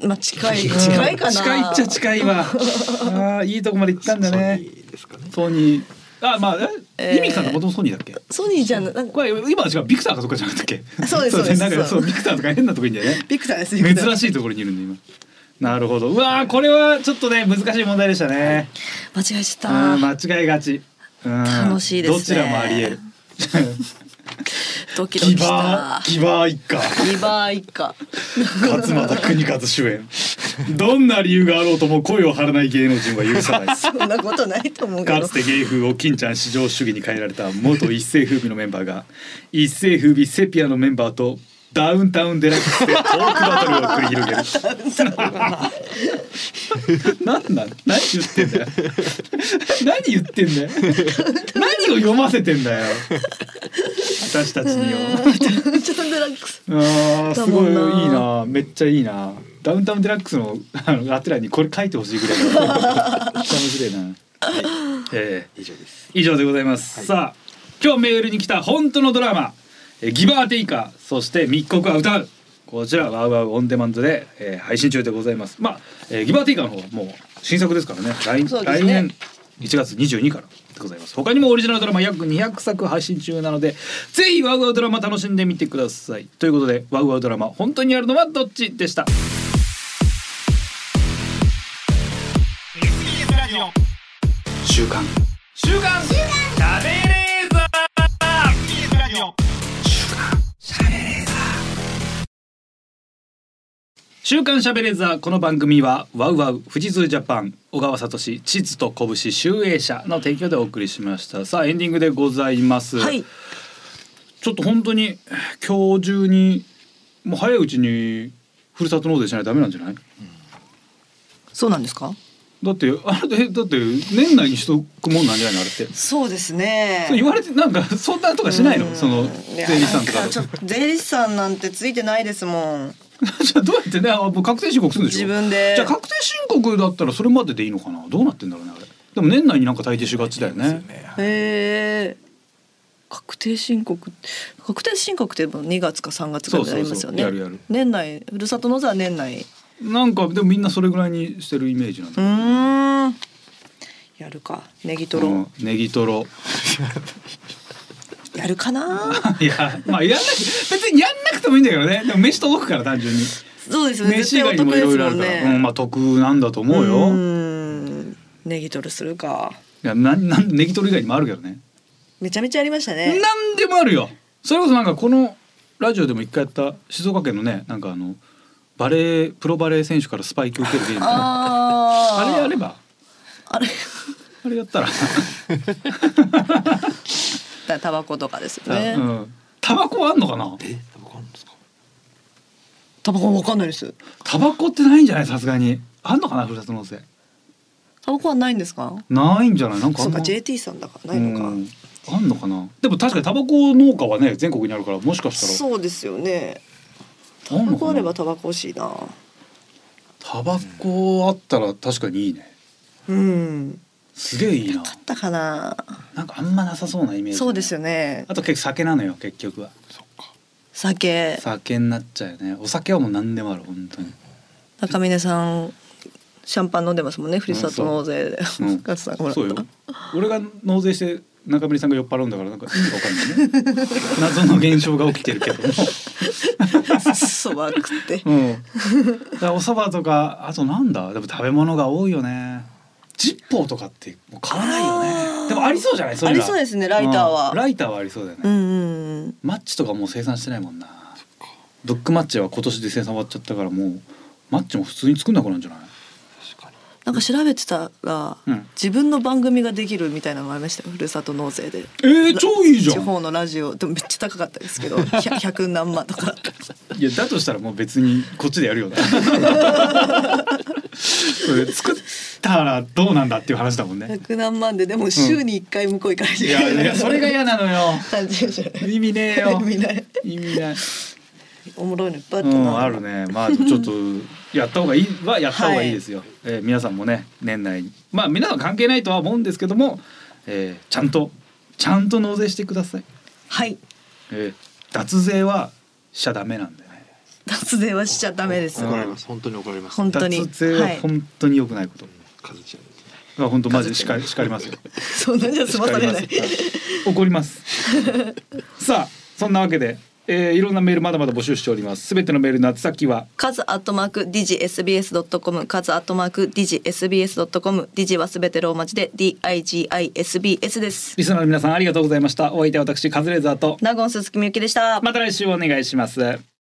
[SPEAKER 3] まあ近い近いかな。
[SPEAKER 2] 近いっちゃ近い
[SPEAKER 3] <laughs>
[SPEAKER 2] わあーいいとこまで行ったんだね
[SPEAKER 4] ソニーですかね。
[SPEAKER 2] ソニーあまあ
[SPEAKER 3] えー
[SPEAKER 2] えイミキさんってもともとソニーだっけ
[SPEAKER 3] ソニーじゃんなんか
[SPEAKER 2] これ今の違うビクターかそこじゃなかったっけ
[SPEAKER 3] そうですそうです
[SPEAKER 2] ねなんかそ
[SPEAKER 3] そう
[SPEAKER 2] うビクターとか変なとこいんだよね
[SPEAKER 3] ビクターです。ビクター
[SPEAKER 2] 珍しいところにいるんで今なるほどうわーこれはちょっとね難しい問題でしたね
[SPEAKER 3] 間違えち
[SPEAKER 2] う
[SPEAKER 3] ゃ
[SPEAKER 2] ん
[SPEAKER 3] った。
[SPEAKER 2] 間違いがちうん
[SPEAKER 3] 楽しいですね
[SPEAKER 2] どちらもあり得る
[SPEAKER 3] ドキド
[SPEAKER 2] ギ
[SPEAKER 3] キし
[SPEAKER 2] バ
[SPEAKER 3] た
[SPEAKER 2] ー。ギバー一家
[SPEAKER 3] ギバー一家。
[SPEAKER 2] 勝俣邦和主演どんな理由があろうとも声を張らない芸能人は許さない
[SPEAKER 3] そんなことないと思うけ
[SPEAKER 2] か
[SPEAKER 3] ど
[SPEAKER 2] つ。て芸風を金ちゃん至上主義に変えられた元一世風靡のメンバーが一世風靡セピアのメンバーとダウンタウンデラックスでトークバトルを繰り広げる。なんなん何言ってんだよ。何言ってんだよ。何を読ませてんだよ。私たちによ。
[SPEAKER 3] <laughs> ちょっとデラックス。
[SPEAKER 2] ああす
[SPEAKER 3] だ
[SPEAKER 2] ご
[SPEAKER 3] も
[SPEAKER 2] いいい
[SPEAKER 3] んな
[SPEAKER 2] なめっちゃいいなダウンタウンデラックスのあのあてらにこれ書いてほしいぐらいだ
[SPEAKER 3] <laughs>
[SPEAKER 2] 面白いな、はいえー
[SPEAKER 4] 以上です。
[SPEAKER 2] 以上でございます、さあ今日メールに来た本当のドラマ「えーギバーテイカー」そして「密告は歌う」こちらワウワウオンデマンドで、えー配信中でございますまあ、えーギバーテイカーの方はもう新作ですからね来
[SPEAKER 3] そうです
[SPEAKER 2] 来
[SPEAKER 3] ね
[SPEAKER 2] 年1月22からでございます他にもオリジナルドラマ約200作配信中なのでぜひワウワウドラマ楽しんでみてくださいということでワウワウドラマ本当にやるのはどっちでした
[SPEAKER 5] SBS ラジオ
[SPEAKER 2] 週刊週刊週刊食べれーザ
[SPEAKER 5] SBS ラジオ
[SPEAKER 2] 週刊しゃべれーザーこの番組はワウワウ富士通ジャパン小川聡地図と拳集英社の提供でお送りしましたさあエンディングでございます、
[SPEAKER 3] はい。
[SPEAKER 2] ちょっと本当に今日中にもう早いうちにふるさと納税しないとダメなんじゃない
[SPEAKER 3] そうなんですか。
[SPEAKER 2] だってあれでだって年内にしとくもんなんじゃないのあれって
[SPEAKER 3] そうですね
[SPEAKER 2] そう言われてなんかそんなとかしないのその
[SPEAKER 3] いや
[SPEAKER 2] 税理士さんとか
[SPEAKER 3] な
[SPEAKER 2] だ
[SPEAKER 3] んち
[SPEAKER 2] と
[SPEAKER 3] ょっと税理士さんなんてついてないですもん。
[SPEAKER 2] <laughs> じゃあどうやってねあもう確定申告するんでしょ
[SPEAKER 3] 自分で
[SPEAKER 2] じゃあ確定申告だったらそれまででいいのかなどうなってんだろうねあれでも年内になんか退治しがちだよね
[SPEAKER 4] ね
[SPEAKER 3] へえ。確定申告確定申告ってもう2月か3月ぐらいになりますよ
[SPEAKER 2] そうそうそ
[SPEAKER 3] ね
[SPEAKER 2] うやるやる
[SPEAKER 3] 年内ふるさと納税は年内
[SPEAKER 2] なんかでもみんなそれぐらいにしてるイメージなん
[SPEAKER 3] う
[SPEAKER 2] だ
[SPEAKER 3] ーんやるかネギトロ、
[SPEAKER 2] うんネギトロ <laughs>
[SPEAKER 3] やるかな
[SPEAKER 2] いやまあやんなく別にやんなくてもいいんだけどねでも飯届くから単純に
[SPEAKER 3] そうですよね
[SPEAKER 2] 飯
[SPEAKER 3] 絶
[SPEAKER 2] 以
[SPEAKER 3] 対
[SPEAKER 2] 外
[SPEAKER 3] お
[SPEAKER 2] にも
[SPEAKER 3] 得で
[SPEAKER 2] いろ
[SPEAKER 3] す
[SPEAKER 2] いろあ
[SPEAKER 3] も
[SPEAKER 2] る
[SPEAKER 3] ん
[SPEAKER 2] から、
[SPEAKER 3] ね
[SPEAKER 2] うん、まあ得なんだと思うよ、い
[SPEAKER 3] ーんネギトロするか
[SPEAKER 2] やなんなんネギトロ以外にもあるけどね
[SPEAKER 3] めちゃめちゃありましたね
[SPEAKER 2] なんでもあるよそれこそなんかこのラジオでも一回やった静岡県のねなんかあのバレープロバレー選手からスパイク受けるゲームあ
[SPEAKER 3] あー
[SPEAKER 2] れやれば
[SPEAKER 3] あれ
[SPEAKER 2] あれや
[SPEAKER 3] <laughs>
[SPEAKER 2] ったら、
[SPEAKER 3] だタバコとかですよね、
[SPEAKER 2] うんタバコあんのかな
[SPEAKER 4] えタバコあるんですか
[SPEAKER 3] タバコわかんないです
[SPEAKER 2] タバコってないんじゃないさすがにあんのかなふるさと納税
[SPEAKER 3] タバコはないんですか
[SPEAKER 2] ないんじゃないなんかあ
[SPEAKER 3] そ
[SPEAKER 2] ん
[SPEAKER 3] う
[SPEAKER 2] ま
[SPEAKER 3] か JT さんだからないのか、
[SPEAKER 2] うんあんのかなでも確かにタバコ農家はね全国にあるからもしかした
[SPEAKER 3] そうですよね
[SPEAKER 2] らあん
[SPEAKER 3] タ
[SPEAKER 2] の
[SPEAKER 3] バコ
[SPEAKER 2] か
[SPEAKER 3] あれば
[SPEAKER 2] な
[SPEAKER 3] タバコ欲しいな
[SPEAKER 2] タバコあったら確かにいいね
[SPEAKER 3] うん
[SPEAKER 2] すげえいいな
[SPEAKER 3] 買ったかな
[SPEAKER 2] なんかあんまなさそうなイメージ
[SPEAKER 3] そうですよね
[SPEAKER 2] あと結構酒なのよ結局は
[SPEAKER 3] 酒
[SPEAKER 2] 酒になっちゃうよねお酒はもう何でもある本当に
[SPEAKER 3] 中峰さんシャンパン飲んでますもんねふるさと納税で
[SPEAKER 2] うん
[SPEAKER 3] <laughs> 勝さんほら
[SPEAKER 2] そうよ俺が納税して中森さんが酔っ払うんだからなんか意味わかんないね <laughs> 謎の現象が起きてるけども
[SPEAKER 3] そば食って
[SPEAKER 2] うん、だからお蕎麦とかあとなんだでも食べ物が多いよねジッポーとかってもう買わないよねでもありそうじゃないそれが
[SPEAKER 3] ありそうですねライターは
[SPEAKER 2] うんライターはありそうだよね、
[SPEAKER 3] うんうんうん
[SPEAKER 2] マッチとかもう生産してないもんなブックマッチは今年で生産終わっちゃったからもうマッチも普通に作んなくなるんじゃない
[SPEAKER 4] 確かに
[SPEAKER 3] なんか調べてたら、
[SPEAKER 2] うん
[SPEAKER 3] 自分の番組ができるみたいなのがありましたよふるさと納税で
[SPEAKER 2] えー、超いいじゃ
[SPEAKER 3] 地
[SPEAKER 2] ん
[SPEAKER 3] 方のラジオでもめっちゃ高かったです
[SPEAKER 2] <laughs>
[SPEAKER 3] けど 100, 100何万とか
[SPEAKER 2] いやだとしたらもう別にこっちでやるよ
[SPEAKER 3] <laughs>
[SPEAKER 2] ねそれ作ったらどうなんだっていう話だもんね
[SPEAKER 3] 100何万ででも週に1回向こう行かないと
[SPEAKER 2] い
[SPEAKER 3] いけな
[SPEAKER 2] や
[SPEAKER 3] い
[SPEAKER 2] いやそれが嫌なのよ
[SPEAKER 3] <laughs> 感じでしょね
[SPEAKER 2] 意味ねえ
[SPEAKER 3] <laughs>
[SPEAKER 2] よ
[SPEAKER 3] 意味ない
[SPEAKER 2] 意味ない
[SPEAKER 3] おもろいのいっぱいあっ
[SPEAKER 2] う
[SPEAKER 3] たな、
[SPEAKER 2] んあるねまあちょっとやった方がいいはやった方がいいですよ、えー皆さんもね年内にまあ皆さん関係ないとは思うんですけども、えーちゃんとちゃんと納税してください、
[SPEAKER 3] はい
[SPEAKER 2] えー脱税はしちゃダメなんでね
[SPEAKER 3] 脱税はしちゃダメです
[SPEAKER 4] 怒られます本当に怒られます
[SPEAKER 3] 本当に
[SPEAKER 2] 脱税は
[SPEAKER 3] はい
[SPEAKER 2] 本当に良くないこと、
[SPEAKER 4] 数ちゃん
[SPEAKER 2] まあ本当マジで叱り叱り
[SPEAKER 3] <laughs>
[SPEAKER 2] ますよ
[SPEAKER 3] そんなんじゃ済まされない
[SPEAKER 2] 叱ります怒ります <laughs> さあそんなわけで、えーいろんなメールまだまだ募集しておりますすべてのメールの宛先は
[SPEAKER 3] カズアットマークディジ SBS ドットコム、カズアットマークディジ SBS ドットコム、ディジはすべてローマ字で D I G I S B S です。
[SPEAKER 2] リスナーの皆さんありがとうございましたお相手は私カズレーザーと
[SPEAKER 3] ナゴン鈴木みゆきでした。
[SPEAKER 2] また来週お願いします。